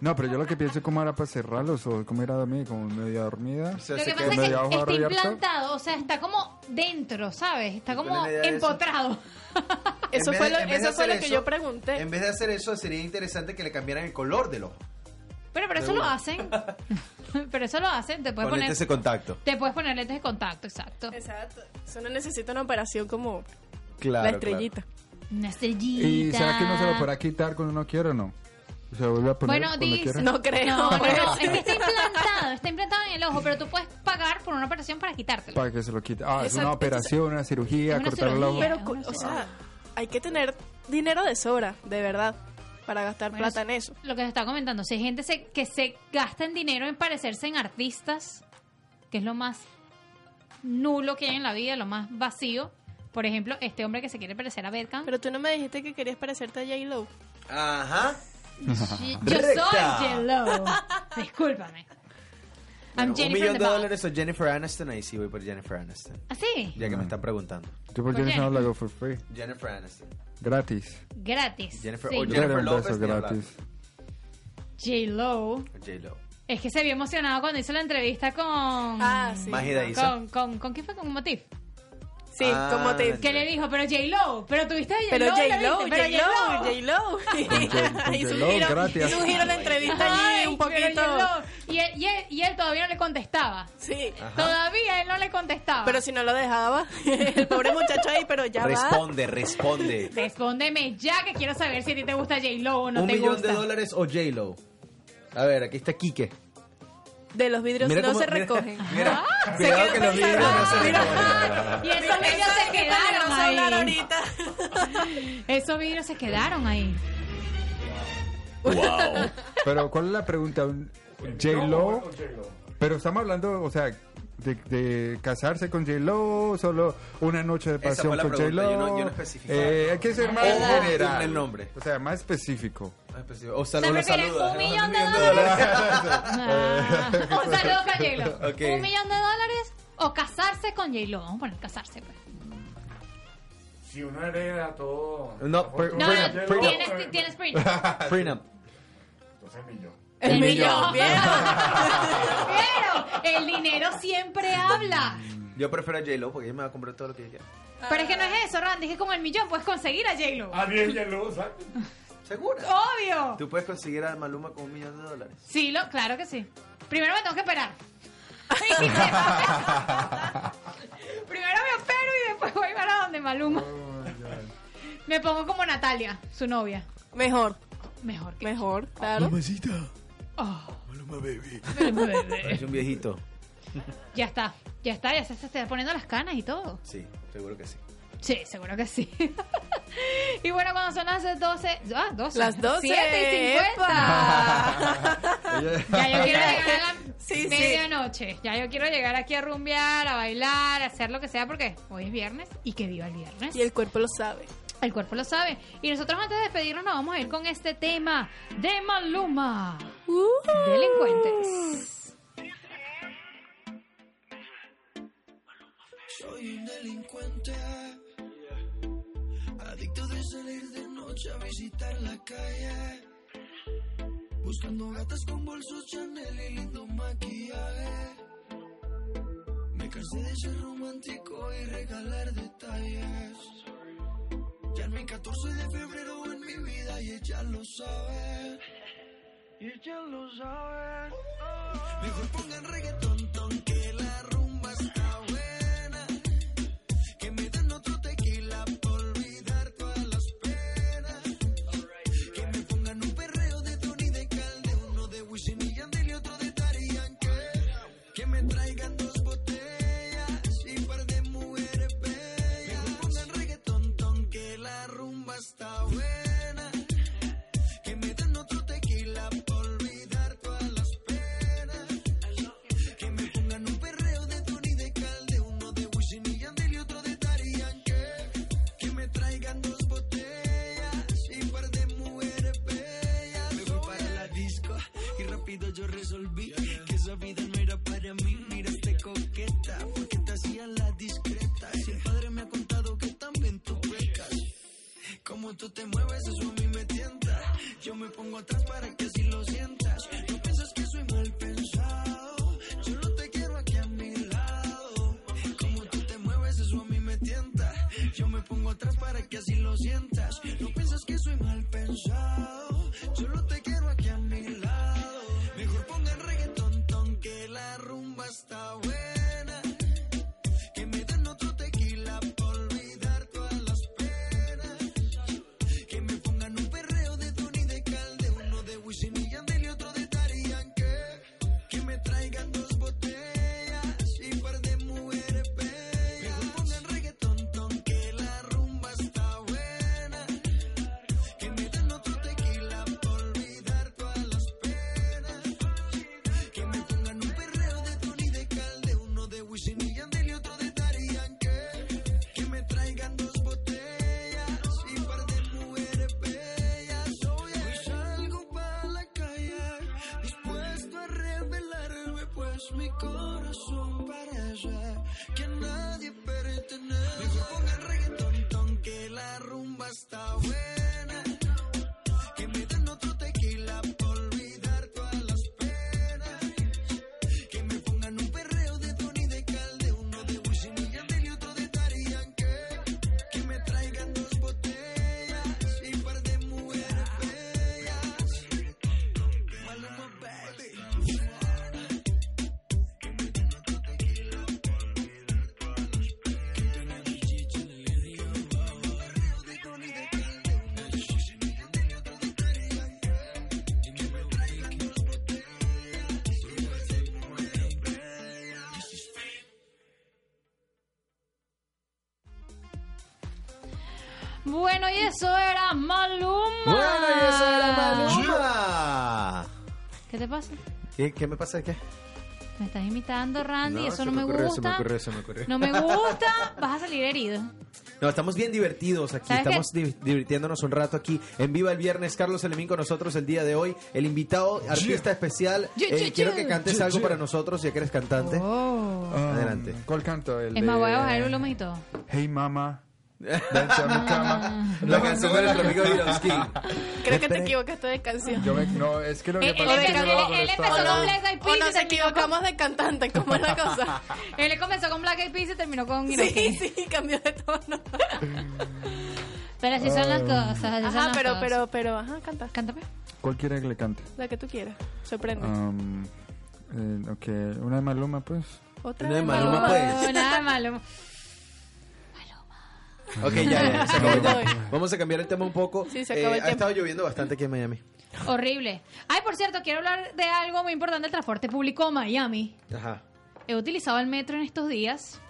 No, pero yo lo que pienso es cómo era para cerrar los ojos, cómo era dormir, como medio dormida.
lo que pasa es que está implantado, o sea, está como dentro, ¿sabes? Está como
la idea de eso?
empotrado.
Eso
En vez
fue lo,
de- en vez de
eso fue
hacer
lo que
eso,
yo pregunté.
En vez de hacer eso, sería interesante que le cambiaran el color del ojo.
Pero, pero eso
De
lo
una.
hacen. pero eso lo hacen. Te puedes
Con
poner.
lentes de contacto.
Te puedes poner lentes de contacto, exacto.
Exacto. Eso no necesita una operación como
Claro.
la estrellita.
Una estrellita.
¿Y será que no se lo podrá quitar cuando uno quiera o no? ¿Se lo vuelve a poner
Bueno,
cuando
dice.
quiera?
No creo.
No, no, es que está implantado. implantado, está implantado en el ojo, pero tú puedes pagar por una operación para quitártelo.
Para que se lo quite. Ah, es una
Exacto.
operación, una cirugía,
Es una
cortar el ojo.
Pero,
cirugía.
cu- o sea, hay que tener dinero de sobra, de verdad, para gastar
Bueno,
plata en eso.
Lo que se está comentando, si hay gente se- que se gasta en dinero en parecerse en artistas, que es lo más nulo que hay en la vida, lo más vacío. Por ejemplo, este hombre que se quiere parecer a Beckham.
Pero tú no me dijiste que querías parecerte a J-Lo.
Ajá.
Ah,
Yo
Recta.
soy J-Lo. Discúlpame.
Bueno,
I'm
un
Jennifer
millón de
the Bot.
dólares o Jennifer Aniston, ahí sí voy por Jennifer Aniston.
¿Ah, sí?
Ya que me están preguntando.
Yo por
Por
Jennifer no
Jennifer.
la hago for free.
Jennifer Aniston.
Gratis.
Gratis.
Jennifer-
sí.
o
Yo
Jennifer
le doy un
Lopez,
beso
ni hablar.
gratis.
J-Lo.
J-Lo.
Es que se vio emocionado cuando hizo la entrevista con. Ah,
sí.
Majida Isa.
Con, con, ¿Con quién fue? ¿Con Motif?
Sí,
Ah,
como te...
Que le dijo, pero J-Lo, pero tuviste a J-Lo.
Pero
y la
J-Lo,
viste, pero
J-Lo, J-Lo.
con
Hizo un
J-Lo,
giro,
gracias.
hizo un giro en la entrevista
Ay,
allí, un
pero
poquito...
J-Lo. Y él, y, él, y él todavía no le contestaba.
Sí.
Todavía él no le contestaba.
Pero si no lo dejaba, el pobre muchacho ahí, pero ya va.
Responde, responde.
Respóndeme ya que quiero saber si a ti te gusta J-Lo o no
un
te
millón
gusta.
de dólares o J-Lo. A ver, aquí está Quique.
De los vidrios
Mira
no
cómo-
se
mira-
recogen.
Ah,
Mira,
Se
cuidado
quedó
que los
pensando.
libros no se
Mira.
recogen.
Y esos
Mira,
vídeos
esa-
se
esa
quedaron
vamos a hablar
ahí.
ahorita.
Esos vídeos se quedaron ahí.
Pero, ¿cuál es la pregunta? ¿Un- ¿J-Lo? Pero estamos hablando, o sea, de, de casarse con J-Lo, solo una noche de
Esa
pasión
fue la
con
pregunta,
J-Lo.
yo no- yo no especifiqué.
Eh, hay que ser más
O
general.
el nombre.
O sea, más específico.
O
Se
saludos,
refieren
saludos.
un millón de Ah.
Eh,
Un saludo para J-Lo.
Ok.
Un millón de dólares o casarse con J-Lo. Vamos a poner casarse. pues.
Si uno hereda todo.
No, pre-
No,
prenup,
no,
prenup.
tienes, tienes print.
Prenup.
Entonces millón.
El,
El
millón.
millón.
Pero el dinero siempre habla.
Yo prefiero a J-Lo porque ella me va a comprar todo lo que ella quiera.
Pero es que no es eso, Randy. Es que con el millón puedes conseguir a J-Lo.
A 10 Ah, J-Lo, ¿sabes?
Ah, ¿Segura?
Obvio.
Tú puedes conseguir a Maluma con un millón de dólares.
Sí, lo, claro que sí. Primero me tengo que operar. Primero me opero y después voy para donde Maluma. Me pongo como Natalia, su novia.
Mejor.
Mejor que Oh.
Mejor, claro.
Parece un viejito.
Ya está, ya está, ya se se está poniendo las canas y todo.
Sí, seguro que sí.
Sí, seguro que sí. y bueno, cuando son las 12. Ah, 12.
Las 12,
7 y 50. ya yo quiero llegar a la
Sí, sí.
medianoche. Ya yo quiero llegar aquí a rumbear, a bailar, a hacer lo que sea, porque hoy es viernes y que viva el viernes.
Y el cuerpo lo sabe.
El cuerpo lo sabe. Y nosotros antes de despedirnos nos vamos a ir con este tema de Maluma. Delincuentes.
Soy un delincuente. Adicto de salir de noche a visitar la calle. Buscando gatas con bolsos Chanel y lindo maquillaje. Me cansé de ser romántico y regalar detalles. Ya no hay 14 de febrero en mi vida y ella lo sabe. Y ella lo sabe. Mejor pongan reggaetón, ton, que la rumba está buena. Que me den otro tequila para olvidar todas las penas. Que me pongan un perreo de Tony de Calde, uno de Wisin y Yandel y otro de Tarianque. Que me traigan dos botellas y un par de mujeres bellas. Mejor pongan reggaetón, ton, que la rumba está buena. Que me den otro tequila para olvidar todas las penas. Que me pongan un perreo de Tony de Calde, uno de Wisin y Yandel y otro de Daddy Yankee. Que me traigan dos botellas y un par de mujeres bellas. Me voy para la disco y rápido yo resolví que esa vida no era para mí. Mira este coqueta, porque te hacían la discreta. Si el padre me ha contado que también tú pecas. Como tú te mueves, eso a mí me tienta. Yo me pongo atrás para que así lo sientas. No piensas que soy mal pensado. Yo no te quiero aquí a mi lado. Como tú te mueves, eso a mí me tienta. Yo me pongo atrás para que así lo sientas. No piensas que soy mal pensado. Yo no te quiero aquí a mi lado. Mejor pongan reggaetón, ton, que la rumba está buena. Que me den otro tequila para olvidar todas las penas. Que me pongan un perreo de Tony de Calde, uno de Wisin y Yandel y otro de Daddy Yankee. Que me traigan corazón para hallar que a nadie pertenece. Mejor pongan reggaetón, ton, que la rumba está buena. Que me den otro tequila por olvidar todas las penas. Que me pongan un perreo de Tony de Calde, uno de Wisin y Yandel y otro de Daddy Yankee. Que me traigan dos botellas y un par de mujeres bellas. Maluma, baby.
Bueno, y eso era Maluma.
Bueno, y eso era Maluma.
¿Qué te pasa?
¿Qué, qué me pasa? ¿Qué?
Me estás imitando, Randy, eso
se
no me,
ocurrió, se
gusta.
me ocurrió, se me ocurrió.
No me gusta, vas a salir herido.
No, estamos bien divertidos aquí,
¿Sabes
estamos div- divirtiéndonos un rato aquí en Viva el Viernes. Carlos Elemín con nosotros el día de hoy, el invitado, artista especial.
Yo,
Eh,
yo,
quiero
yo.
que cantes
Yo,
algo
yo.
para nosotros, ya que eres cantante. Adelante.
¿Cuál canto? El
Es más,
de-
voy a bajar el volumen y todo.
Hey mama, vente a mi
Ah.
cama.
La canción de nuestro amigo Virovsky.
Creo que te equivocaste de canción.
Yo me, no, es que lo que
Eh, Él,
pasa es que
empezó,
yo lo hago
él- él
esto.
empezó
no,
con Black Eyed Peas.
o nos equivocamos de cantante, ¿cómo es la cosa?
Él comenzó con Black Eyed Peas y terminó con
sí, sí, cambió de tono.
Pero así
Ah.
son las cosas. así son
Ajá,
las
pero,
cosas.
pero, pero, ajá, canta.
Cántame.
¿Cuál quiere que le cante?
La que tú quieras. Sorprende.
Ah.
Um, eh, ok, una de Maluma, pues.
Otra
Una
de
de
Maluma.
Maluma, pues.
No, nada malo.
Ok, ya, ya, se acabó.
Voy.
Vamos a cambiar el tema un poco. Eh,
Sí, se acabó el
ha
tiempo.
estado lloviendo bastante aquí en Miami.
Horrible. Ay, por cierto, quiero hablar de algo muy importante del transporte público a Miami.
pues.
Ajá.
He utilizado el metro en estos días.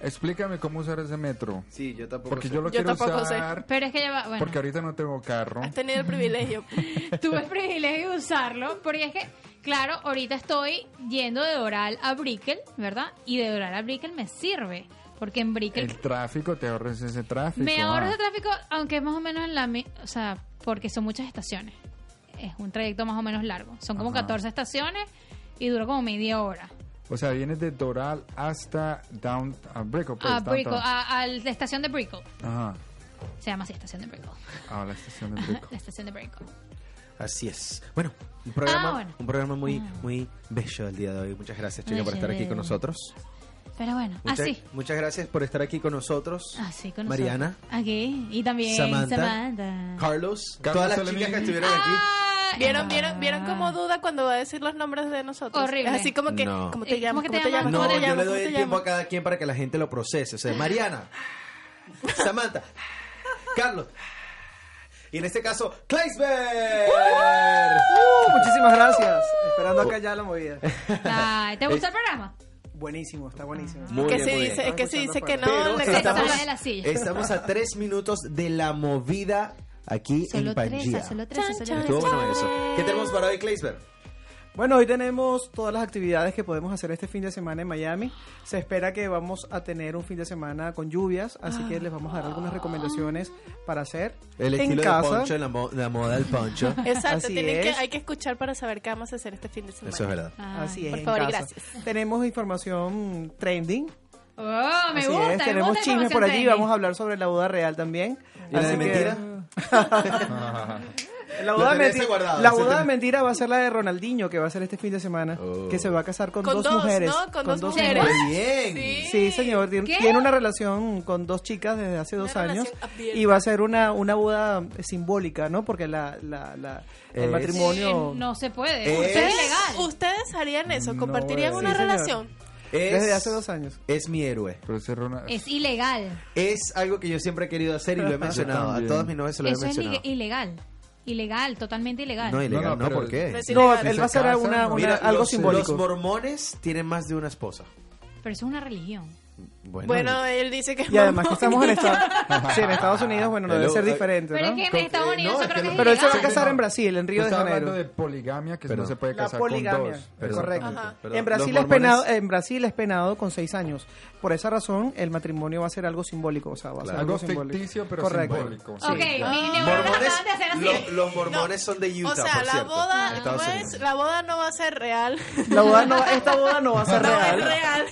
Explícame cómo usar ese metro.
Sí, yo tampoco
Porque
sé.
yo lo
Yo
quiero
tampoco sé.
usar.
Pero es que ya va. Bueno,
Porque ahorita no tengo carro.
Has tenido el privilegio.
tuve el privilegio de usarlo. Porque es que, claro, ahorita estoy yendo de Doral a Brickell, ¿verdad? Y de Doral a Brickell me sirve. Porque en Brickell
El tráfico, te ahorres ese tráfico.
Me ahorro
ah.
ese tráfico, aunque es más o menos en la... mi- O sea, porque son muchas estaciones. Es un trayecto más o menos largo. Son como
Ajá.
14 estaciones y dura como media hora.
O sea, vienes de Doral hasta Down, a Brickell, pues,
a Brickell,
downtown.
a, a la estación de Brickell.
Ajá.
Se llama así, estación de Brickell.
Ah, la estación de Brickell.
la estación de Brickell.
Así es. Bueno, un programa,
Ah, bueno.
Un programa muy, muy bello el día de hoy. Muchas gracias, Chica, por
Bello,
estar aquí
bello. Ah,
con nosotros.
Pero bueno,
Muchas,
así.
muchas gracias por estar aquí con nosotros.
Así con
Mariana.
nosotros. Aquí. Y también
Samantha.
Samantha. Ah.
Carlos,
Carlos
todas las
Solemín.
chicas que estuvieron aquí.
¿Vieron, vieron, ¿Vieron cómo duda cuando va a decir los nombres de nosotros?
Horrible. Eh,
Es así como que,
No.
¿cómo te llamas?
¿cómo que
¿Cómo
te
te llamas? ¿Cómo
llamas?
No,
te
yo le
llamas? ¿Cómo
doy
te
el tiempo
llamas?
a cada quien para que la gente lo procese. O sea, Mariana, Samantha, Carlos. Y en este caso, Kleisberg.
Uh, muchísimas gracias. Esperando acá ya la movida.
Ay, ¿Te
Eh,
gustó el programa?
Buenísimo, está buenísimo.
Muy
que
bien,
si
muy bien.
dice, que si dice que no,
Pero
le
estamos,
cantamos.
de la silla.
estamos a tres minutos de la movida aquí
Solo
en
tres,
Pangea.
solo tres, solo tres.
Estuvo bueno eso. ¿Qué tenemos para hoy, Kleisberg?
Bueno, hoy tenemos todas las actividades que podemos hacer este fin de semana en Miami. Se espera que vamos a tener un fin de semana con lluvias, así que les vamos a dar algunas recomendaciones para hacer
El
en
estilo de
casa.
poncho, la, mo- la moda del poncho.
Exacto,
Así
tienen que,
es.
hay que escuchar para saber qué vamos a hacer este fin de semana.
Eso es verdad.
Ah,
Así es.
Por
en
favor y
casa.
gracias.
Tenemos información trending.
Oh, me
Así
gusta.
es,
me
tenemos
gusta la
chismes por
información
allí.
de
Vamos a hablar sobre la boda real también.
¿Y la de
Así que- mm.
mentira?
La
Lo
boda, de
tenés
mentira,
guardado,
la
ese
boda de
tema.
mentira va a ser la de Ronaldinho, que va a ser este fin de semana, que se va a casar con,
Con
dos,
dos,
mujeres.
¿no? Con dos mujeres. Muy bien.
Sí, señor. Tien-
¿Qué?
Tiene una relación con dos chicas desde hace dos años
relación abierta.
y va a ser una, una boda simbólica, ¿no? Porque la, la- la- el
Es-
matrimonio...
No se puede.
Es-
Ustedes ilegal.
¿Ustedes harían eso?
eh,
¿Compartirían
es-
una
Sí, señor.
relación?
Desde hace dos años.
Es mi héroe.
Es ilegal.
Es algo que yo siempre he querido hacer y lo he
Yo
mencionado. A
también.
todas mis novias se lo he
Eso es
mencionado.
li- ilegal. Ilegal, totalmente ilegal.
No, ilegal, no,
no, pero-
¿por qué?
No, No, él va a hacer una- una-
Mira,
algo
los-
simbólico.
Los mormones tienen más de una esposa.
Pero eso es una religión.
Bueno,
Bueno, él dice que es
Y además que
mamón.
estamos en Estados, sí, en Estados Unidos, bueno, no
Hello,
debe ser
eh,
diferente,
Pero
¿no?
es que en Estados Unidos yo creo que,
Pero él
es
se va a
ilegal.
casar en Brasil, en Río de
Está
Janeiro.
hablando de poligamia que
Pero-
no se puede
La
casar con
poligamia,
dos. Pero-
correcto.
Ajá.
en Brasil
Los
es penado,
mormones-
en Brasil es penado con seis años. Por esa razón, el matrimonio va a ser algo simbólico, o sea, va a ser
Claro.
algo,
Algo
simbólico.
ficticio, pero
Correcto.
simbólico.
Sí.
Ok, mi neurona
Mormones,
acaban de hacer así.
lo- los mormones son de Utah,
O sea,
por
la
cierto,
boda,
de
¿cómo
Estados
es?
Unidos.
la boda no va a ser real.
La boda no, esta boda no va a ser
No
real.
es real.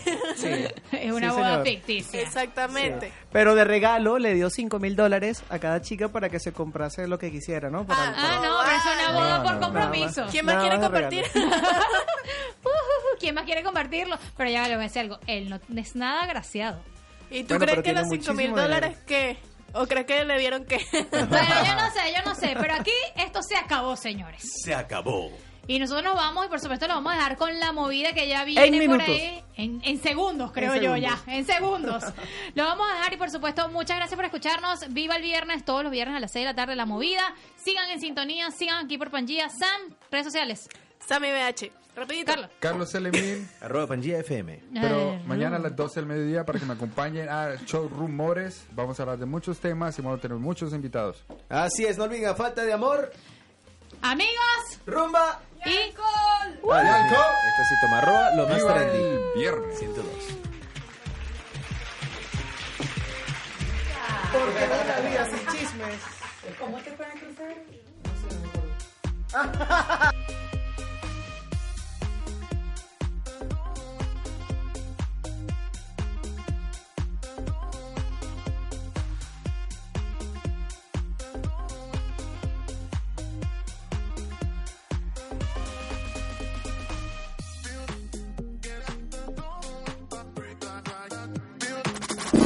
Es una
Sí,
boda
señor.
ficticia.
Exactamente.
Pero de regalo le dio cinco mil dólares a cada chica para que se comprase lo que quisiera, ¿no? Para-
Ah, no, pero es una boda
No,
por
no, no.
compromiso.
¿Quién más Nada quiere más de compartir?
Ujujuju, Uh, ¿Quién más quiere compartirlo? Pero ya le voy a decir algo. Él no es nada agraciado.
¿Y tú crees
Bueno, pero
que
tiene
los 5 mil
muchísimo
dólares qué? ¿O crees que le dieron qué?
Bueno, yo no sé, yo no sé. Pero aquí esto se acabó, señores.
Se acabó.
Y nosotros nos vamos y por supuesto lo vamos a dejar con la movida que ya
En
viene por
minutos.
ahí. En, en segundos, creo
En
yo
segundos.
ya. En segundos. lo vamos a dejar y por supuesto muchas gracias por escucharnos. Viva el viernes, todos los viernes a las 6 de la tarde la movida. Sigan en sintonía, sigan aquí por Pangía. Sam, redes sociales.
Sammy BH. Rapidito.
Carlos Elemín.
Arroba Pangía FM.
Pero mañana a las 12 del mediodía para que me acompañen a Show Rumores. Vamos a hablar de muchos temas y vamos a tener muchos invitados.
Así es, no olviden, a falta de amor.
Amigos.
Rumba.
Y
Vale, Este sí toma arroba, lo más
Viva
trendy.
el viernes.
102.
Porque no la vida sin chismes. ¿Cómo te pueden cruzar?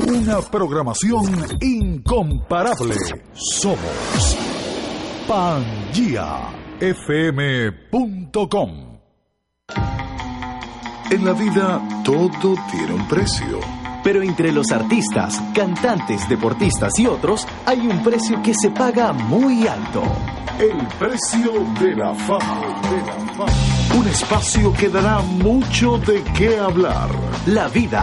Una programación incomparable. Somos PangiaFM.com.
En la vida todo tiene un precio. Pero entre los artistas, cantantes, deportistas y otros, hay un precio que se paga muy alto.
El precio de la fama. Un espacio que dará mucho de qué hablar.
La vida